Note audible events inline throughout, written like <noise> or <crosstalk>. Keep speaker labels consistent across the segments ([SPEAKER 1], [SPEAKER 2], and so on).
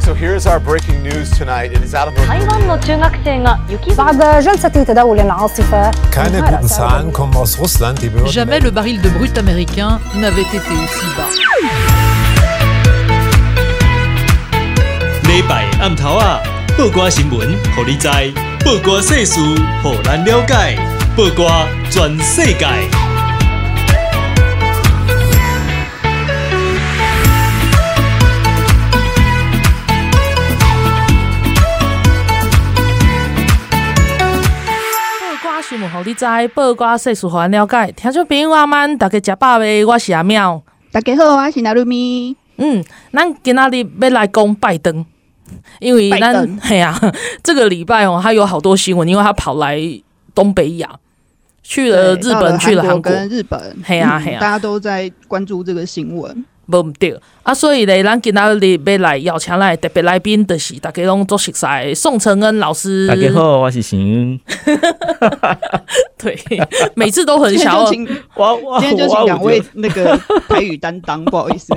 [SPEAKER 1] so here's our breaking news tonight. It is out of
[SPEAKER 2] 台湾の中学生が雪
[SPEAKER 3] بعد جلسة تداول العاصفة
[SPEAKER 4] Keine
[SPEAKER 3] انهارت
[SPEAKER 4] guten Zahlen kommen aus Russland. Die Behörden
[SPEAKER 5] Jamais le baril de brut américain n'avait été aussi bas.
[SPEAKER 6] 礼拜暗头啊，报歌新闻，互你知；报歌世事，互咱了解；报歌全世界。
[SPEAKER 7] 八卦新闻，互你知；八卦世事，互咱了解。听众朋友阿曼，大家食饱未？我是阿妙。
[SPEAKER 8] 大家好，我是纳鲁咪。
[SPEAKER 7] 嗯，咱今仔日要来讲拜登，因为
[SPEAKER 8] 拜
[SPEAKER 7] 咱 <laughs>
[SPEAKER 8] 登
[SPEAKER 7] 嘿呀、这个礼拜哦，他有好多新闻，因为他跑来东北亚，去了日
[SPEAKER 8] 对到
[SPEAKER 7] 本，去了韩国，
[SPEAKER 8] 跟日本，
[SPEAKER 7] 嘿啊
[SPEAKER 8] 嗯
[SPEAKER 7] 嘿啊
[SPEAKER 8] 大家都在关注这个新闻。
[SPEAKER 7] 无毋对啊，所以咧，咱今仔日要来邀请来特别来宾，就是大家拢做熟悉的宋承恩老师。
[SPEAKER 9] 大家，好，我是邢。
[SPEAKER 7] <laughs> 对，每次都
[SPEAKER 8] <laughs>
[SPEAKER 7] 很
[SPEAKER 8] 今天
[SPEAKER 7] 想
[SPEAKER 8] 就
[SPEAKER 7] 要
[SPEAKER 8] 请 <laughs> 今
[SPEAKER 9] 我我
[SPEAKER 8] 天就
[SPEAKER 9] 我
[SPEAKER 8] 请
[SPEAKER 9] 有
[SPEAKER 8] 两位那个台语担当，不好意思，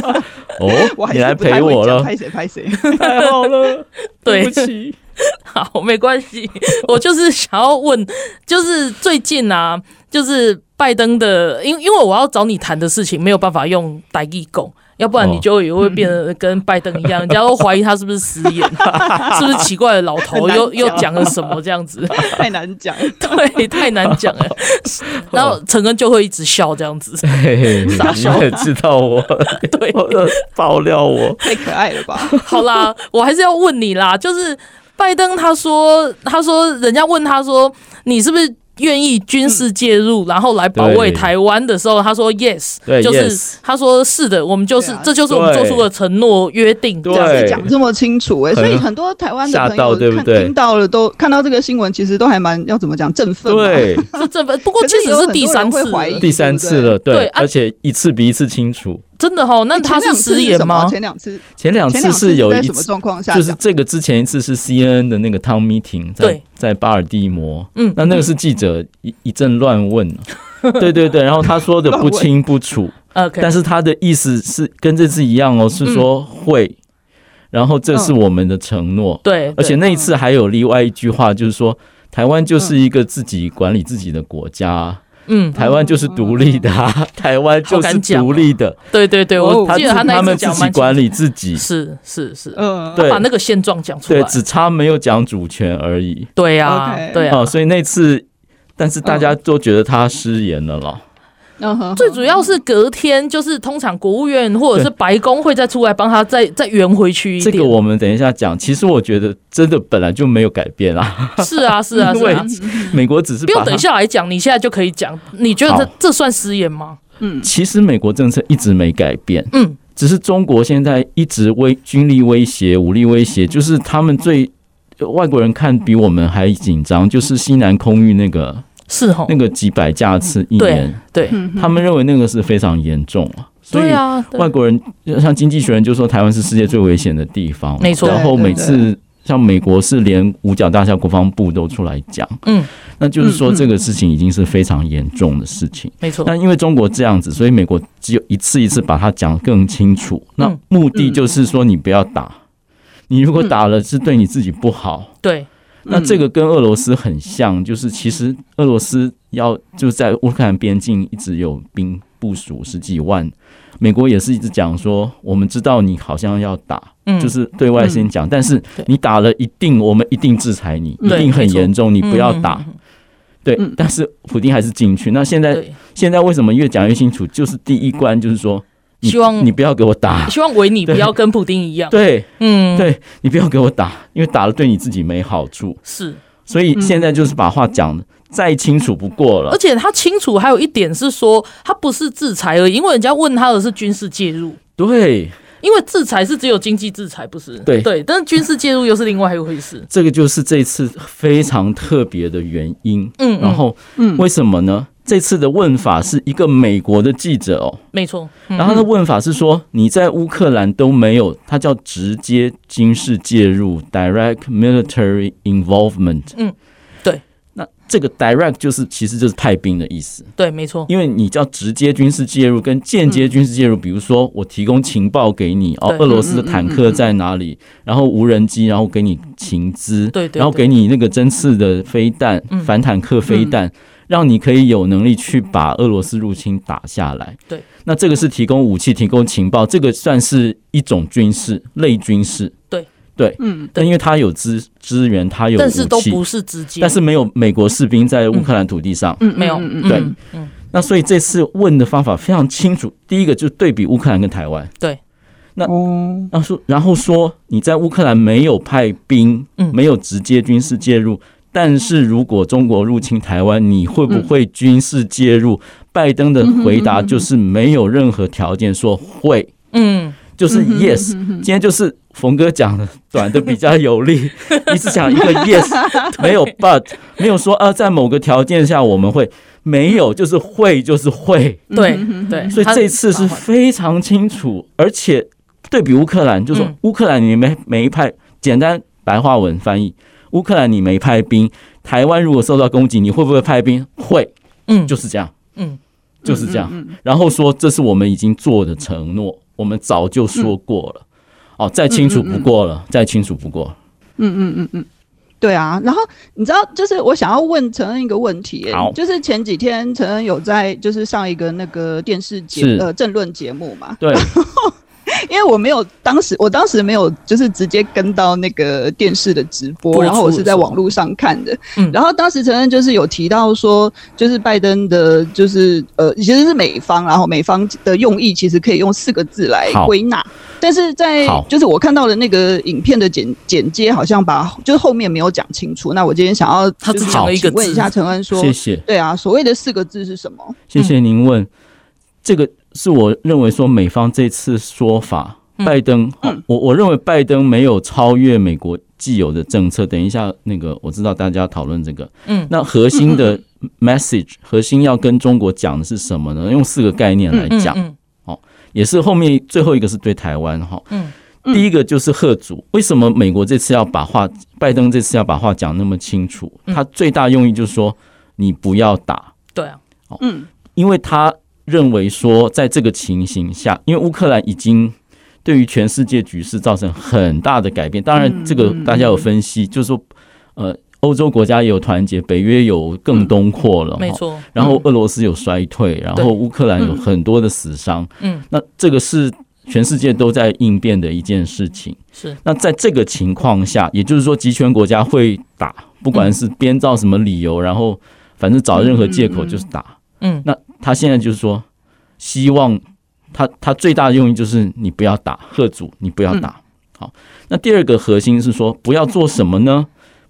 [SPEAKER 8] <laughs> 我
[SPEAKER 9] 哦，
[SPEAKER 8] 还
[SPEAKER 9] 你
[SPEAKER 8] 是
[SPEAKER 9] 来
[SPEAKER 8] 不太
[SPEAKER 9] 陪
[SPEAKER 8] 会
[SPEAKER 9] 我
[SPEAKER 8] 讲，
[SPEAKER 9] 了，
[SPEAKER 8] 拍谁拍
[SPEAKER 9] <laughs>
[SPEAKER 8] 谁。
[SPEAKER 9] 太好了，
[SPEAKER 7] 对
[SPEAKER 9] 对不起。
[SPEAKER 7] <laughs> 好，没关系，我就是想要问，就是最近啊，就是拜登的，因因为我要找你谈的事情没有办法用台语讲，要不然
[SPEAKER 9] 哦
[SPEAKER 7] 你就也会变得跟拜登
[SPEAKER 9] <laughs>
[SPEAKER 7] 一样，人家都怀疑他是不是失言，是不是奇怪的老头
[SPEAKER 8] 很难
[SPEAKER 7] 又又
[SPEAKER 8] 讲
[SPEAKER 7] 讲了什么这样子，
[SPEAKER 8] 太难讲，
[SPEAKER 7] 对，太难讲
[SPEAKER 9] <laughs>
[SPEAKER 7] 了。然后陈恩就会一直笑这样子，
[SPEAKER 9] 嘿嘿嘿
[SPEAKER 7] 傻
[SPEAKER 9] 你
[SPEAKER 7] 笑
[SPEAKER 9] 也知道我，
[SPEAKER 7] <laughs> 对，
[SPEAKER 9] 我的爆料我。
[SPEAKER 8] 太可爱了吧？
[SPEAKER 7] 好啦，我还是要问你啦， <laughs> 就是拜登他说，他说人家问他说，你是不是愿意军事介入，然后来保卫
[SPEAKER 9] 对
[SPEAKER 7] 台湾的时候，他说 yes，
[SPEAKER 9] 对
[SPEAKER 7] 就是
[SPEAKER 9] yes
[SPEAKER 7] 他说是的，我们就是、
[SPEAKER 8] 对啊
[SPEAKER 7] 这就是我们做
[SPEAKER 9] 对
[SPEAKER 7] 出的承诺约定，这
[SPEAKER 9] <laughs> 对
[SPEAKER 7] 样子
[SPEAKER 8] 讲这么清楚哎、
[SPEAKER 9] 很
[SPEAKER 8] 所以很多台湾的朋
[SPEAKER 9] 吓到
[SPEAKER 8] 友
[SPEAKER 9] 对不
[SPEAKER 8] 看
[SPEAKER 9] 对
[SPEAKER 8] 听到了都看到这个新闻，其实都还蛮要怎么讲振奋嘛。
[SPEAKER 9] 对，
[SPEAKER 8] <laughs>
[SPEAKER 7] 是这份。不过
[SPEAKER 8] 可
[SPEAKER 7] 确
[SPEAKER 8] 是
[SPEAKER 7] 实
[SPEAKER 8] 有
[SPEAKER 7] 是
[SPEAKER 8] 很多
[SPEAKER 7] 第三
[SPEAKER 8] 人
[SPEAKER 7] 次
[SPEAKER 8] 会
[SPEAKER 7] 了
[SPEAKER 8] 怀疑
[SPEAKER 9] 第三次了，
[SPEAKER 7] 对
[SPEAKER 9] 对，
[SPEAKER 7] 啊
[SPEAKER 9] 而且一次比一次清楚。
[SPEAKER 7] 真的哦哈，那
[SPEAKER 8] 前
[SPEAKER 7] 他
[SPEAKER 8] 两
[SPEAKER 7] 是
[SPEAKER 8] 次
[SPEAKER 7] 食言
[SPEAKER 8] 什么
[SPEAKER 7] 吗？
[SPEAKER 8] 前两次，
[SPEAKER 9] 前两
[SPEAKER 8] 前
[SPEAKER 9] 次
[SPEAKER 8] 两
[SPEAKER 9] 是有
[SPEAKER 8] 在
[SPEAKER 9] 一
[SPEAKER 8] 什么
[SPEAKER 9] 次，
[SPEAKER 8] 状况下
[SPEAKER 9] 就是
[SPEAKER 8] 讲？
[SPEAKER 9] 这个之前一次是 CNN 的那个 Town Meeting，在
[SPEAKER 7] 对
[SPEAKER 9] 在巴尔的摩，
[SPEAKER 7] 嗯
[SPEAKER 9] 那那个是记者一一阵乱问，
[SPEAKER 8] <laughs>
[SPEAKER 9] 对对对，然后他说的不清不楚，
[SPEAKER 7] OK，
[SPEAKER 9] 但是他的意思是跟这次一样
[SPEAKER 8] 嗯
[SPEAKER 9] 哦，是说会，然后这是我们的承诺，
[SPEAKER 8] 嗯
[SPEAKER 7] 对，
[SPEAKER 9] 而且
[SPEAKER 7] 对
[SPEAKER 9] 那一次还有另外一句话，就是说台湾就是一个自己管理自己的国家，
[SPEAKER 7] 嗯，
[SPEAKER 9] 台湾就是独立的、啊，台湾就
[SPEAKER 7] 好敢
[SPEAKER 9] 是
[SPEAKER 7] 讲哦
[SPEAKER 9] 独立的，
[SPEAKER 7] 对对对，
[SPEAKER 8] 哦
[SPEAKER 7] 我
[SPEAKER 9] 他
[SPEAKER 7] 记
[SPEAKER 9] 自
[SPEAKER 7] 得他那一
[SPEAKER 9] 他
[SPEAKER 7] 次
[SPEAKER 9] 们自
[SPEAKER 7] 讲
[SPEAKER 9] 己
[SPEAKER 7] 蛮
[SPEAKER 9] 管
[SPEAKER 7] 清
[SPEAKER 9] 理自己
[SPEAKER 7] 楚，，是是是，
[SPEAKER 8] 嗯，
[SPEAKER 9] 对
[SPEAKER 7] 把那个现状讲出
[SPEAKER 9] 对
[SPEAKER 7] 来，，
[SPEAKER 9] 只差没有讲主权而已。
[SPEAKER 7] 对呀
[SPEAKER 8] OK
[SPEAKER 7] 对啊嗯呀
[SPEAKER 9] 哦，，所以那次，但是大家都觉得他失言了啦。
[SPEAKER 8] 嗯哼，
[SPEAKER 7] 最主要是隔天，就是通常国务院或者是白宫会再出来帮他再再圆回去一
[SPEAKER 9] 这
[SPEAKER 7] 点。
[SPEAKER 9] 个我们等一下讲。其实我觉得真的本来就没有改变啦，
[SPEAKER 7] 是啊是啊
[SPEAKER 9] 因
[SPEAKER 7] 是
[SPEAKER 9] 为
[SPEAKER 7] 啊，
[SPEAKER 9] 美国只是
[SPEAKER 7] 不
[SPEAKER 9] 把
[SPEAKER 7] 用
[SPEAKER 9] 它
[SPEAKER 7] 等一。下来讲，你现在就可以讲。你觉得
[SPEAKER 9] 好
[SPEAKER 7] 这这算失言吗？
[SPEAKER 9] 其实美国政策一直没改变，
[SPEAKER 7] 嗯，
[SPEAKER 9] 只是中国现在一直威军力威胁、武力威胁，就是他们最外国人看比我们还紧张，就是西南空域那个
[SPEAKER 7] 是吼
[SPEAKER 9] 那，个几百架次一
[SPEAKER 7] 哦对
[SPEAKER 9] 年，
[SPEAKER 7] 对
[SPEAKER 9] 他们认为那个是非常严重啊。所以
[SPEAKER 7] 对啊，对
[SPEAKER 9] 外国人像《经济学人》就说台湾是世界最危险的地方，啊
[SPEAKER 7] 没错
[SPEAKER 9] 然后每
[SPEAKER 8] 对
[SPEAKER 9] 次像美国是连五角大厦国防部都出来讲，
[SPEAKER 7] 嗯，
[SPEAKER 9] 那就是说这个事情已经是非常严重的事情。
[SPEAKER 7] 没错
[SPEAKER 9] 那，因为中国这样子，所以美国只有一次一次把它讲更清楚。
[SPEAKER 7] 嗯
[SPEAKER 9] 那目的就是说你不要打，你如果打了是对你自己不好。
[SPEAKER 7] 对
[SPEAKER 9] 那这
[SPEAKER 7] 嗯
[SPEAKER 9] 个跟俄罗斯很像，就是其实俄罗斯要就在乌克兰边境一直有兵部署十几万，美国也是一直讲说，我们知道你好像要打，
[SPEAKER 7] 嗯
[SPEAKER 9] 就是对外先讲，但是
[SPEAKER 7] 对
[SPEAKER 9] 你打了一定我们一定制裁你，一
[SPEAKER 7] 对
[SPEAKER 9] 定很严重，你不要
[SPEAKER 7] 嗯
[SPEAKER 9] 打
[SPEAKER 7] 嗯。
[SPEAKER 9] 对，但是普丁还是进去。那现在
[SPEAKER 7] 对，
[SPEAKER 9] 现在为什么越讲越清楚？就是第一关就是说，你
[SPEAKER 7] 希望
[SPEAKER 9] 你不要给我打，
[SPEAKER 7] 希望维尼不
[SPEAKER 9] 对
[SPEAKER 7] 要跟普丁一样。
[SPEAKER 9] 对
[SPEAKER 7] 嗯，
[SPEAKER 9] 对，你不要给我打，因为打了对你自己没好处。
[SPEAKER 7] 是，
[SPEAKER 9] 所以现在就是把话讲得再清楚不过
[SPEAKER 7] 而
[SPEAKER 9] 了。
[SPEAKER 7] 且他清楚还有一点是说，他不是制裁而已，因为人家问他的是军事介入。
[SPEAKER 9] 对，
[SPEAKER 7] 因为制裁是只有经济制裁，不是？
[SPEAKER 9] 对
[SPEAKER 7] 对，但是军事介入又是另外一回事。
[SPEAKER 9] 这个就是这次非常特别的原因。
[SPEAKER 7] 嗯嗯
[SPEAKER 9] 然后，为什么呢？这次的问法是一个美国的记者哦，
[SPEAKER 7] 没错，嗯
[SPEAKER 9] 然后他的问法是说你在乌克兰都没有，他叫直接军事介入 （direct military involvement）。
[SPEAKER 7] 嗯，对。
[SPEAKER 9] 那这个 direct 就是其实就是派兵的意思，
[SPEAKER 7] 对，没错，
[SPEAKER 9] 因为你叫直接军事介入跟间接军事介入，比如说我提供情报给你，哦，
[SPEAKER 7] 对嗯
[SPEAKER 9] 俄罗斯的坦克在哪里，然后无人机，然后给你情资，
[SPEAKER 7] 对对
[SPEAKER 9] 然后给你那个针刺的飞弹、
[SPEAKER 7] 嗯
[SPEAKER 9] 反坦克飞弹，让你可以有能力去把俄罗斯入侵打下来。
[SPEAKER 7] 对，
[SPEAKER 9] 那这个是提供武器、提供情报，这个算是一种军事类军事。
[SPEAKER 7] 对
[SPEAKER 9] 对，
[SPEAKER 8] 嗯，
[SPEAKER 9] 但因为它有资资源，它有武器，
[SPEAKER 7] 但是都不是直接，
[SPEAKER 9] 但是没有美国士兵在乌克兰土地上。
[SPEAKER 8] 嗯
[SPEAKER 7] 没有，
[SPEAKER 8] 嗯嗯
[SPEAKER 7] 嗯
[SPEAKER 9] 对
[SPEAKER 7] 嗯嗯，
[SPEAKER 9] 那所以这次问的方法非常清楚，第一个就是对比乌克兰跟台湾，
[SPEAKER 8] 哦，
[SPEAKER 9] 然后说，然后说你在乌克兰没有派兵，
[SPEAKER 7] 嗯
[SPEAKER 9] 没有直接军事介入，但是如果中国入侵台湾，你会不会军事介入？拜登的回答就是没有任何条件说会，
[SPEAKER 7] 嗯，
[SPEAKER 9] 就是 yes。
[SPEAKER 8] 嗯嗯
[SPEAKER 9] 今天就是冯哥讲的短的比较
[SPEAKER 7] <laughs>
[SPEAKER 9] 有力，你只讲一个 yes，没有 but，没有说啊，在某个条件下我们会没有，就是会就是会。
[SPEAKER 7] 对
[SPEAKER 8] 嗯
[SPEAKER 7] 对，
[SPEAKER 9] 所以
[SPEAKER 7] 他
[SPEAKER 9] 这一次是非常清楚，而且对比乌克兰，就说
[SPEAKER 7] 嗯
[SPEAKER 9] 乌克兰你没没派，简单白话文翻译，乌克兰你没派兵，台湾如果受到攻击，你会不会派兵？会，
[SPEAKER 7] 嗯，
[SPEAKER 9] 就是这样，
[SPEAKER 7] 嗯，
[SPEAKER 9] 就是这样。
[SPEAKER 8] 嗯嗯
[SPEAKER 9] 然后说这是我们已经做的承诺，我们早就说过了。哦，再清楚不过
[SPEAKER 7] 嗯
[SPEAKER 9] 了，再清楚不过了。
[SPEAKER 8] 嗯嗯嗯嗯，对啊。然后你知道，就是我想要问陈恩一个问题、
[SPEAKER 9] 好
[SPEAKER 8] 就是前几天陈恩有在就是上一个那个电视节
[SPEAKER 9] 是
[SPEAKER 8] 呃政论节目嘛，
[SPEAKER 9] 对，
[SPEAKER 8] 因为我没有当时我当时没有就是直接跟到那个电视的直
[SPEAKER 7] 播出
[SPEAKER 8] 播，然后我是在网络上看的。
[SPEAKER 7] 嗯
[SPEAKER 8] 然后当时陈恩就是有提到说，就是拜登的，就是呃，其实是美方，然后美方的用意其实可以用四个字来
[SPEAKER 9] 好
[SPEAKER 8] 归纳，但是在
[SPEAKER 9] 好
[SPEAKER 8] 就是我看到的那个影片的简简介，好像把就是后面没有讲清楚。那我今天想要
[SPEAKER 7] 他
[SPEAKER 8] 就
[SPEAKER 7] 只
[SPEAKER 8] 是
[SPEAKER 7] 讲了一个
[SPEAKER 8] 请问一
[SPEAKER 7] 字
[SPEAKER 8] 下陈恩说
[SPEAKER 9] 谢，谢，
[SPEAKER 8] 对啊，所谓的四个字是什么？
[SPEAKER 9] 谢
[SPEAKER 7] 嗯
[SPEAKER 9] 谢您问。这个是我认为说美方这次说法，
[SPEAKER 7] 嗯
[SPEAKER 9] 拜登，哦我我认为拜登没有超越美国既有的政策。等一下，那个我知道大家讨论这个，
[SPEAKER 7] 嗯
[SPEAKER 9] 那核心的 message，核心要跟中国讲的是什么呢？用四个概念来
[SPEAKER 7] 嗯
[SPEAKER 9] 讲，
[SPEAKER 7] 嗯
[SPEAKER 9] 也是后面最后一个是对台湾哈。
[SPEAKER 7] 嗯
[SPEAKER 8] 嗯
[SPEAKER 9] 第一个就是贺主，为什么美国这次要把话，拜登这次要把话讲那么清楚？
[SPEAKER 7] 嗯
[SPEAKER 9] 他最大用意就是说，你不要打，
[SPEAKER 7] 对啊，
[SPEAKER 8] 嗯
[SPEAKER 9] 因为他认为说，在这个情形下，因为乌克兰已经对于全世界局势造成很大的改变。当然，
[SPEAKER 8] 嗯
[SPEAKER 9] 这个大家有分析，就是说，呃，欧洲国家也有团结，北约有更东扩了，
[SPEAKER 7] 没
[SPEAKER 9] 哈
[SPEAKER 7] 错，嗯
[SPEAKER 9] 然后俄罗斯有衰退，然
[SPEAKER 7] 对
[SPEAKER 9] 后乌克兰有很多的死伤，
[SPEAKER 7] 嗯，
[SPEAKER 9] 那这个是全世界都在应变的一件事情。
[SPEAKER 7] 是，
[SPEAKER 9] 那在这个情况下，也就是说，集权国家会打，不管
[SPEAKER 7] 嗯
[SPEAKER 9] 是编造什么理由，然后反正找任何借口就是打。
[SPEAKER 7] 嗯
[SPEAKER 9] 那他现在就是说，希望他他最大的用意就是你不要打贺主，你不要打。好，那第二个核心是说，不要做什么呢？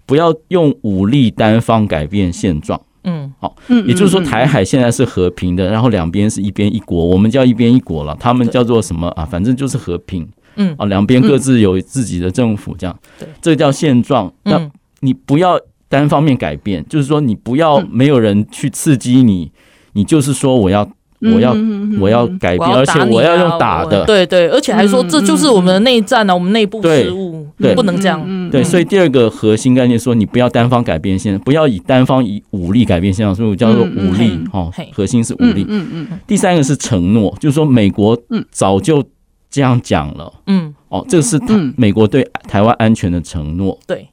[SPEAKER 9] 不要用武力单方改变现状。
[SPEAKER 7] 嗯
[SPEAKER 8] 嗯，
[SPEAKER 9] 也就是说，
[SPEAKER 8] 嗯嗯
[SPEAKER 9] 台海现在是和平的，然后两边是一边一国，我们叫一边一国了，他们叫做什么啊？反正就是和平
[SPEAKER 7] 嗯
[SPEAKER 9] 啊，两边各自有自己的政府，这样
[SPEAKER 7] 对，
[SPEAKER 9] 这个叫现状。那
[SPEAKER 7] 嗯
[SPEAKER 9] 你不要单方面改变，就是说你不要
[SPEAKER 8] 嗯
[SPEAKER 9] 没有人去刺激你，你就是说我要我要
[SPEAKER 8] 嗯嗯嗯嗯
[SPEAKER 9] 我要改变，
[SPEAKER 7] 我
[SPEAKER 9] 哎而
[SPEAKER 7] 要打
[SPEAKER 9] 且
[SPEAKER 7] 你啊
[SPEAKER 9] 我要用打
[SPEAKER 7] 我
[SPEAKER 9] 的。
[SPEAKER 7] 对对，而且还说
[SPEAKER 8] 嗯
[SPEAKER 7] 这就是我们的内战啊，我们内部
[SPEAKER 9] 对
[SPEAKER 7] 失误，
[SPEAKER 9] 对
[SPEAKER 7] 不能这样，
[SPEAKER 8] 嗯嗯
[SPEAKER 9] 对，
[SPEAKER 8] 嗯
[SPEAKER 9] 所以第二个核心概念说，你不要单方改变现状，不要以单方以武力改变现状，所以我叫做
[SPEAKER 8] 嗯嗯
[SPEAKER 9] 武力
[SPEAKER 8] 嗯
[SPEAKER 9] 哦
[SPEAKER 7] 嘿，
[SPEAKER 9] 核心是武
[SPEAKER 8] 嗯
[SPEAKER 9] 力。
[SPEAKER 8] 嗯嗯
[SPEAKER 9] 第三个是承诺，就是说美国
[SPEAKER 8] 嗯
[SPEAKER 9] 早就这样讲了、
[SPEAKER 7] 嗯，
[SPEAKER 9] 哦，这个是台
[SPEAKER 8] 嗯
[SPEAKER 9] 美国对台湾安全的承诺。
[SPEAKER 7] 对，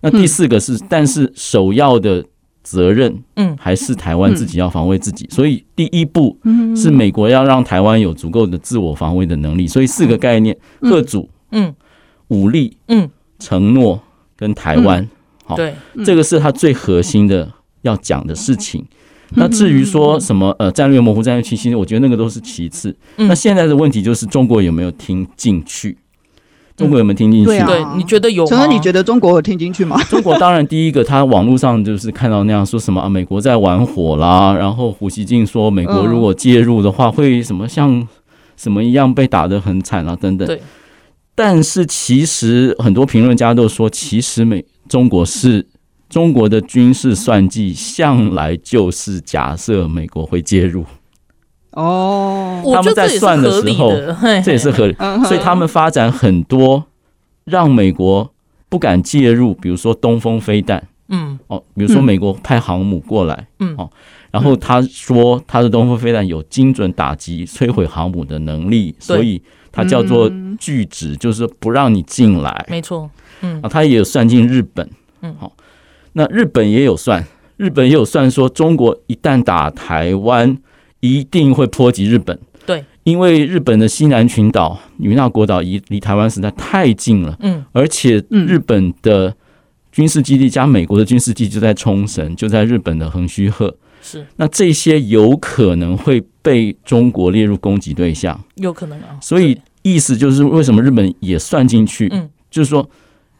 [SPEAKER 9] 那第四个是，但是首要的责任，
[SPEAKER 7] 嗯
[SPEAKER 9] 还是台湾自己要防卫自己。所以第一步
[SPEAKER 8] 嗯
[SPEAKER 9] 是美国要让台湾有足够的自我防卫的能力。所以四个概念：
[SPEAKER 8] 嗯
[SPEAKER 9] 各组、
[SPEAKER 7] 嗯
[SPEAKER 9] 武力、
[SPEAKER 7] 嗯，
[SPEAKER 9] 承诺跟台湾。好
[SPEAKER 7] 对，
[SPEAKER 8] 嗯
[SPEAKER 9] 这个是他最核心的要讲的事情。
[SPEAKER 8] 嗯
[SPEAKER 9] 那至于说什么呃战略模糊、战略清晰，我觉得那个都是其次。
[SPEAKER 7] 嗯
[SPEAKER 9] 那现在的问题就是中国有没有听进去？中国有没有听进去？
[SPEAKER 8] 对啊
[SPEAKER 7] 对，你觉得有
[SPEAKER 8] 陈
[SPEAKER 7] 吗？
[SPEAKER 8] 恩，你觉得中国有听进去吗？
[SPEAKER 9] 中国当然第一个，他网络上就是看到那样说什么啊，美国在玩火啦，然后胡锡进说美国如果介入的话，会什么像什么一样被打得很惨啊等等。
[SPEAKER 7] 对。
[SPEAKER 9] 但是其实很多评论家都说，其实美中国是中国的军事算计，向来就是假设美国会
[SPEAKER 8] <laughs>
[SPEAKER 9] 介入，
[SPEAKER 8] 哦，
[SPEAKER 7] 我觉得这也是
[SPEAKER 9] 他们在算的
[SPEAKER 7] 合
[SPEAKER 9] 时
[SPEAKER 7] 理
[SPEAKER 9] 候
[SPEAKER 7] 的，嘿
[SPEAKER 9] 这也是合理。
[SPEAKER 8] 嗯哼
[SPEAKER 9] 所以他们发展很多让美国不敢介入，比如说东风飞弹，
[SPEAKER 7] 嗯
[SPEAKER 9] 哦，比如说
[SPEAKER 7] 嗯
[SPEAKER 9] 美国派航母过来，
[SPEAKER 7] 嗯
[SPEAKER 9] 哦，然后他说他的东风飞弹有精准打击摧毁航母的能力，所以它叫做
[SPEAKER 7] 嗯
[SPEAKER 9] 拒止，就是不让你进来
[SPEAKER 7] 没错，
[SPEAKER 9] 啊。他也有算进日本，
[SPEAKER 7] 嗯
[SPEAKER 9] 好，那日本也有算，日本也有算说中国一旦打台湾，一定会波及日本，
[SPEAKER 7] 对，
[SPEAKER 9] 因为日本的西南群岛、与那国岛离离台湾实在太近了。
[SPEAKER 7] 嗯
[SPEAKER 9] 而且日本的军事基地加美国的军事基地就在冲绳，就在日本的横须贺。
[SPEAKER 7] 是
[SPEAKER 9] 那这些有可能会被中国列入攻击对象，
[SPEAKER 7] 有可能啊。
[SPEAKER 9] 所以
[SPEAKER 7] 对
[SPEAKER 9] 意思就是为什么日本也算进去？
[SPEAKER 7] 嗯，
[SPEAKER 9] 就是说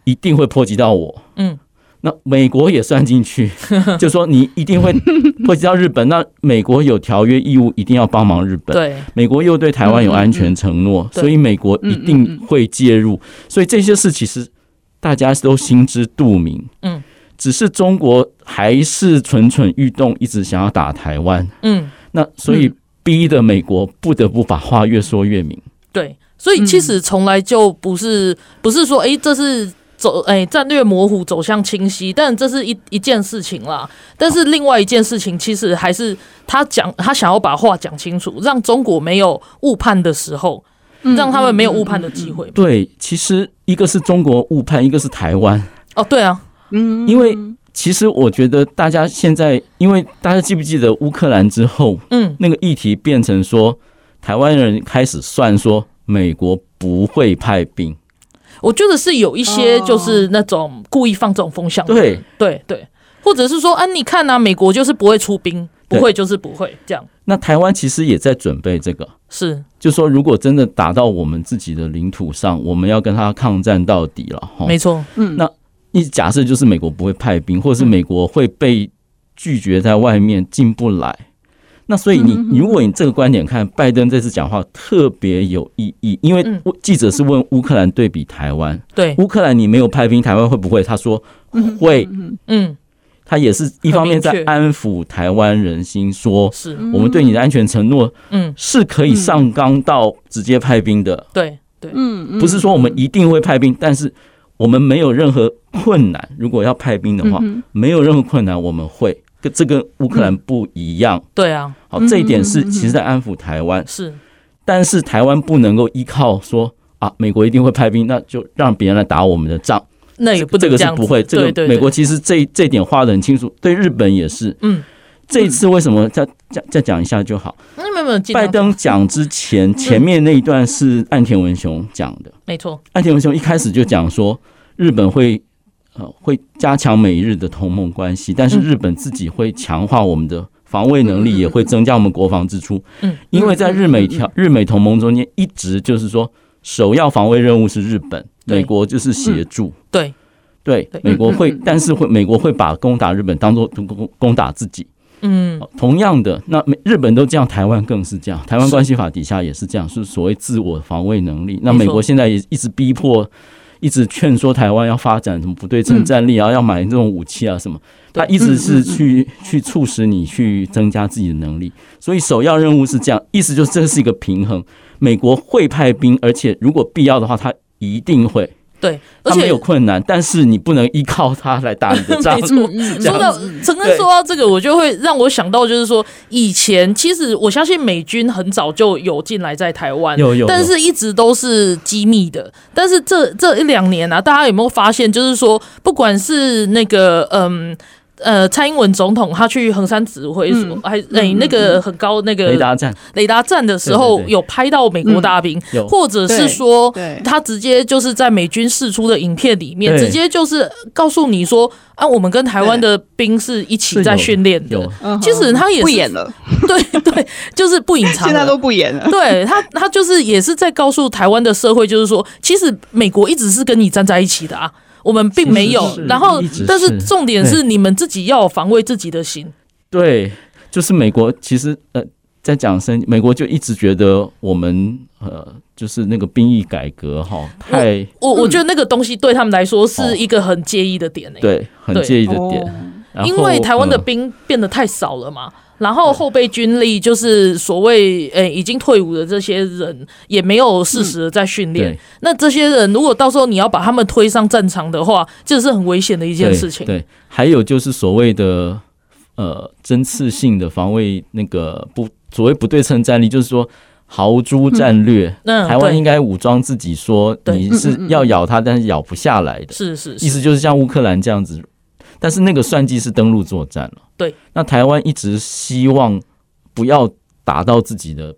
[SPEAKER 9] 一定会波及到我。
[SPEAKER 7] 嗯，
[SPEAKER 9] 那美国也算
[SPEAKER 7] <laughs>
[SPEAKER 9] 进去，就说你一定会波及到日本。那美国有条约义务，一定要帮忙日本。
[SPEAKER 7] 对嗯
[SPEAKER 9] 美国又对台湾有安全承诺，
[SPEAKER 7] 对
[SPEAKER 9] 所以美国一定会介入。所以这些事其实大家都心知肚明。
[SPEAKER 7] 嗯，
[SPEAKER 9] 只是中国还是蠢蠢欲动，一直想要打台湾。
[SPEAKER 7] 嗯嗯
[SPEAKER 9] 那所以逼得美国不得不把话越说越明。
[SPEAKER 7] 对，所以其实从来就不是不是说哎、诶这是。走哎、战略模糊走向清晰，但这是一一件事情啦。但是另外一件事情，其实还是他讲，他想要把话讲清楚，让中国没有误判的时候，让他们没有误判的机会。
[SPEAKER 9] 对，其实一个是中国误判，一个是台湾，
[SPEAKER 7] 哦，对啊，
[SPEAKER 8] 嗯，
[SPEAKER 9] 因为。其实我觉得大家现在，因为大家记不记得乌克兰之后，
[SPEAKER 7] 嗯，
[SPEAKER 9] 那个议题变成说，台湾人开始算说美国不会派兵，
[SPEAKER 7] 我觉得是有一些就是那种故意放这种风向的人，对对，或者是说，啊，你看啊，美国就是不会出兵，不
[SPEAKER 9] 对
[SPEAKER 7] 会就是不会，这样
[SPEAKER 9] 那台湾其实也在准备这个，
[SPEAKER 7] 是
[SPEAKER 9] 就说如果真的打到我们自己的领土上，我们要跟他抗战到底了。哈，
[SPEAKER 7] 没错，
[SPEAKER 9] 一假设就是美国不会派兵，或
[SPEAKER 7] 嗯
[SPEAKER 9] 是美国会被拒绝在外面进不来。那所以
[SPEAKER 7] 嗯
[SPEAKER 9] 你，你如果你这个观点看，拜登这次讲话特别有意义，因为
[SPEAKER 7] 嗯
[SPEAKER 9] 记者是问乌克兰对比台湾，
[SPEAKER 7] 对，
[SPEAKER 9] 乌克兰你没有派兵，台湾会不会？他说会，
[SPEAKER 7] 嗯，
[SPEAKER 9] 他也是一方面在
[SPEAKER 7] 很明确
[SPEAKER 9] 安抚台湾人心，说
[SPEAKER 7] 是，
[SPEAKER 9] 我们对你的安全承诺
[SPEAKER 7] 嗯，
[SPEAKER 9] 是可以上纲到直接派兵的，
[SPEAKER 7] 对对，
[SPEAKER 8] 嗯，
[SPEAKER 9] 不是说我们一定会派兵，但是我们没有任何困难。如果要派兵的话，
[SPEAKER 7] 嗯
[SPEAKER 9] 没有任何困难，我们会。跟这跟乌克兰不一样，
[SPEAKER 7] 对啊，
[SPEAKER 9] 好，这一点是其实在安抚台湾，
[SPEAKER 7] 是
[SPEAKER 9] 但是台湾不能够依靠说啊，美国一定会派兵，那就让别人来打我们的仗。
[SPEAKER 7] 那也哎不
[SPEAKER 9] 这
[SPEAKER 7] 能这
[SPEAKER 9] 个是
[SPEAKER 7] 样子
[SPEAKER 9] 不会，这
[SPEAKER 7] 对
[SPEAKER 9] 个
[SPEAKER 7] 对
[SPEAKER 9] 美国
[SPEAKER 7] 对
[SPEAKER 9] 其实这这一点画的很清楚，对日本也是。
[SPEAKER 7] 嗯，
[SPEAKER 9] 这一次为什么再再再讲一下就好？
[SPEAKER 7] 嗯没有没有，尽量嗯
[SPEAKER 9] 拜登讲之前，前面那一段是岸田文雄讲的。
[SPEAKER 7] 没错，
[SPEAKER 9] 岸田文雄一开始就讲说，日本会呃会加强美日的同盟关系，但是
[SPEAKER 7] 嗯
[SPEAKER 9] 日本自己会强化我们的防卫能力，也会增加我们国防支出。
[SPEAKER 7] 嗯，
[SPEAKER 9] 因为在日美条日美同盟中间，一直就是说首要防卫任务是日本，
[SPEAKER 7] 对
[SPEAKER 9] 美国就是协助。
[SPEAKER 7] 对
[SPEAKER 9] 对
[SPEAKER 7] 对，嗯
[SPEAKER 9] 美国会，但是会美国会把攻打日本当做攻攻打自己。
[SPEAKER 7] 嗯，
[SPEAKER 9] 哦同样的，那美日本都这样，台湾更是这样。台湾关系法底下也是这样，是所谓自我防卫能力。那
[SPEAKER 7] 没错
[SPEAKER 9] 美国现在也一直逼迫，一直劝说台湾要发展什么不对称战力啊，要买这种武器啊什么。他一直
[SPEAKER 7] 嗯
[SPEAKER 9] 是去去促使你去增加自己的能力，所以首要任务是这样，意思就是这是一个平衡。美国会派兵，而且如果必要的话，他一定会。
[SPEAKER 7] 对，而
[SPEAKER 9] 他
[SPEAKER 7] 且
[SPEAKER 9] 没有困难，但是你不能依靠他来打你的
[SPEAKER 7] <laughs>
[SPEAKER 9] 仗
[SPEAKER 7] 没。错，嗯说到陈恩说到这个，我就会让我想到，就是说以前其实我相信美军很早就有进来在台湾，
[SPEAKER 9] 有有有
[SPEAKER 7] 但是一直都是机密的。但是这这一两年啊，大家有没有发现，就是说不管是那个嗯。呃，蔡英文总统他去衡山指挥所，还哎、那个很高那个
[SPEAKER 9] 雷达站，
[SPEAKER 7] 雷达站的时候
[SPEAKER 9] 对对对嗯
[SPEAKER 7] 有拍到美国大兵，
[SPEAKER 9] 有
[SPEAKER 7] 或者是说
[SPEAKER 8] 对对
[SPEAKER 7] 他直接就是在美军释出的影片里面，
[SPEAKER 9] 对
[SPEAKER 7] 直接就是告诉你说啊，我们跟台湾的兵是一起在训练
[SPEAKER 9] 有
[SPEAKER 7] 的。其实他也是
[SPEAKER 8] 嗯不演，了，
[SPEAKER 7] <laughs> 对对，就是不隐藏
[SPEAKER 8] 现在
[SPEAKER 7] 了
[SPEAKER 8] 都。不演了。
[SPEAKER 7] <laughs> 对他，他就是也是在告诉台湾的社会，就是说，其实美国一直是跟你站在一起的啊，我们并没有
[SPEAKER 9] 是是。是
[SPEAKER 7] 然后
[SPEAKER 9] 一直，
[SPEAKER 7] 但是
[SPEAKER 9] 是
[SPEAKER 7] 重点是你们自己要有防卫自己的心。
[SPEAKER 9] 对，就是美国其实呃，在讲生，美国就一直觉得我们呃，就是那个兵役改革
[SPEAKER 7] 哦
[SPEAKER 9] 哈，太
[SPEAKER 7] 我我觉得那个东西对他们来说是
[SPEAKER 9] 嗯哦
[SPEAKER 7] 一个很介意的点诶、欸
[SPEAKER 9] 对，很
[SPEAKER 7] 对哦
[SPEAKER 9] 介意的点。然后
[SPEAKER 7] 因为台湾的
[SPEAKER 9] 呃
[SPEAKER 7] 兵变得太少了嘛，然后后备军力就是所谓诶、已经退伍的这些人，也没有适时的在训练。
[SPEAKER 9] 对
[SPEAKER 7] 那这些人如果到时候你要把他们推上战场的话，这是很危险的一件
[SPEAKER 9] 对
[SPEAKER 7] 事情。
[SPEAKER 9] 对，还有就是所谓的呃针刺性的防卫那个不所谓不对称战力，就是说豪猪战略。
[SPEAKER 7] 嗯，
[SPEAKER 9] 台湾
[SPEAKER 7] 对
[SPEAKER 9] 应该武装自己，说
[SPEAKER 7] 对嗯
[SPEAKER 9] 你是要咬它，但是咬不下来的，
[SPEAKER 7] 是是
[SPEAKER 9] 意
[SPEAKER 7] 是，
[SPEAKER 9] 思就是像乌克兰这样子。但是那个算计是登陆作战了。
[SPEAKER 7] 对，
[SPEAKER 9] 那台湾一直希望不要打到自己的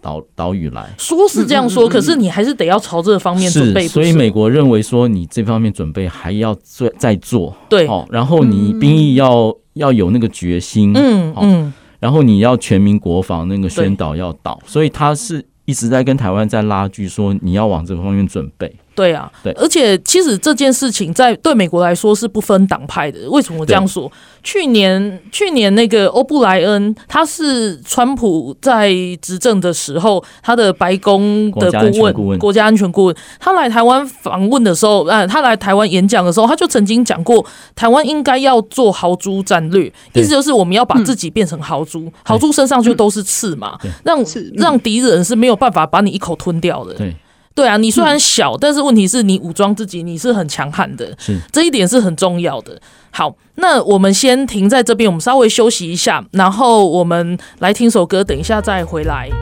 [SPEAKER 9] 岛岛屿来，
[SPEAKER 7] 说是这样说，可是你还是得要朝这方面准备。
[SPEAKER 9] 嗯是，所以
[SPEAKER 7] 不是
[SPEAKER 9] 美国认为说你这方面准备还要再再做，
[SPEAKER 7] 对，
[SPEAKER 9] 哦，然后你兵役要、要有那个决心，
[SPEAKER 7] 嗯
[SPEAKER 9] 好
[SPEAKER 7] 嗯，
[SPEAKER 9] 然后你要全民国防那个宣导要到，所以他是一直在跟台湾在拉锯，说你要往这方面准备。
[SPEAKER 7] 对啊，
[SPEAKER 9] 对
[SPEAKER 7] 而且其实这件事情在对美国来说是不分党派的。为什么我这样说？去年去年那个欧布莱恩，他是川普在执政的时候，他的白宫的
[SPEAKER 9] 国家安
[SPEAKER 7] 顾
[SPEAKER 9] 全
[SPEAKER 7] 问、
[SPEAKER 9] 顾问
[SPEAKER 7] 国家安全顾问，他来台湾访问的时候，啊、他来台湾演讲的时候，他就曾经讲过，台湾应该要做豪猪战略，
[SPEAKER 9] 对嗯
[SPEAKER 7] 意思就是我们要把自己变成豪猪，豪猪身上就都是刺嘛，让
[SPEAKER 8] 刺嗯
[SPEAKER 7] 让敌人是没有办法把你一口吞掉的。
[SPEAKER 9] 对，
[SPEAKER 7] 对啊，你虽
[SPEAKER 9] 嗯
[SPEAKER 7] 然小，但是问题是你武装自己，你是很强悍的，
[SPEAKER 9] 是
[SPEAKER 7] 这一点是很重要的。好，那我们先停在这边，我们稍微休息一下，然后我们来听首歌，等一下再回来。
[SPEAKER 8] <laughs>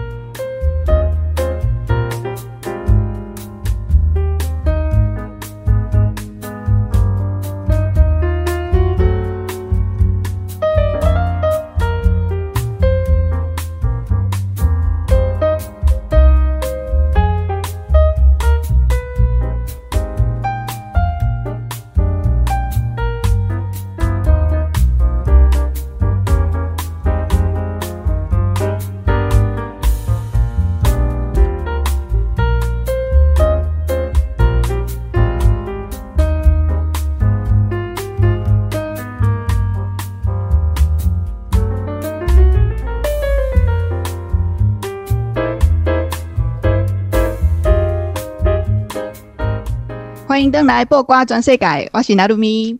[SPEAKER 8] 欢迎登来破瓜转世改，我是拿鲁咪。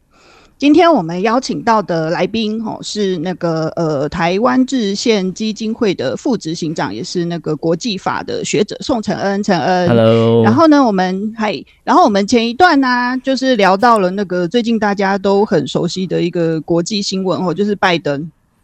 [SPEAKER 8] 今天我们邀请到的来宾吼、是那个呃台湾制宪基金会的副执行长，也是那个国际法的学者宋承恩，承
[SPEAKER 7] 呃
[SPEAKER 8] 恩。
[SPEAKER 9] ，Hello，
[SPEAKER 8] 然后呢，我们还，然后我们前一段呢、就是聊到了那个最近大家都很熟悉的一个国际新闻哦，就是拜登，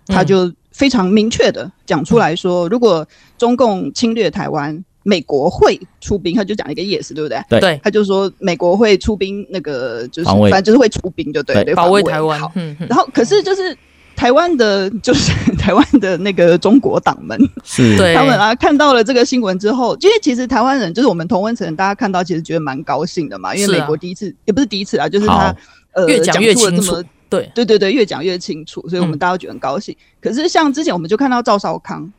[SPEAKER 9] 嗯
[SPEAKER 8] 他就非常明确的讲出来说，如果中共侵略台湾，美国会出兵，他就讲了一个 yes，对不对？
[SPEAKER 9] 对
[SPEAKER 7] 对，
[SPEAKER 8] 他就说美国会出兵，那个就是
[SPEAKER 9] 防卫
[SPEAKER 8] 反正就是会出兵，就对
[SPEAKER 9] 对
[SPEAKER 8] 对，
[SPEAKER 7] 保
[SPEAKER 8] 防
[SPEAKER 7] 卫台湾
[SPEAKER 8] 好，
[SPEAKER 7] 嗯嗯，
[SPEAKER 8] 然后可是就是台湾的，就是 <laughs> 台湾的那个中国党们，
[SPEAKER 9] 是，
[SPEAKER 7] 对，
[SPEAKER 8] 他们啊看到了这个新闻之后，因为其实台湾人就是我们同温层，大家看到其实觉得蛮高兴的嘛，因
[SPEAKER 7] 是
[SPEAKER 8] 为
[SPEAKER 7] 啊
[SPEAKER 8] 美国第一次、也不是第一次啊，就是
[SPEAKER 9] 好
[SPEAKER 7] <laughs>
[SPEAKER 8] 他呃
[SPEAKER 7] 越讲越
[SPEAKER 8] 出了
[SPEAKER 7] 清
[SPEAKER 8] 这
[SPEAKER 7] 楚
[SPEAKER 8] 么，
[SPEAKER 7] 对，
[SPEAKER 8] 对对对，越讲越清楚，所以我
[SPEAKER 7] 嗯
[SPEAKER 8] 们大家都觉得很高兴。可是像之前我们就看到赵少康。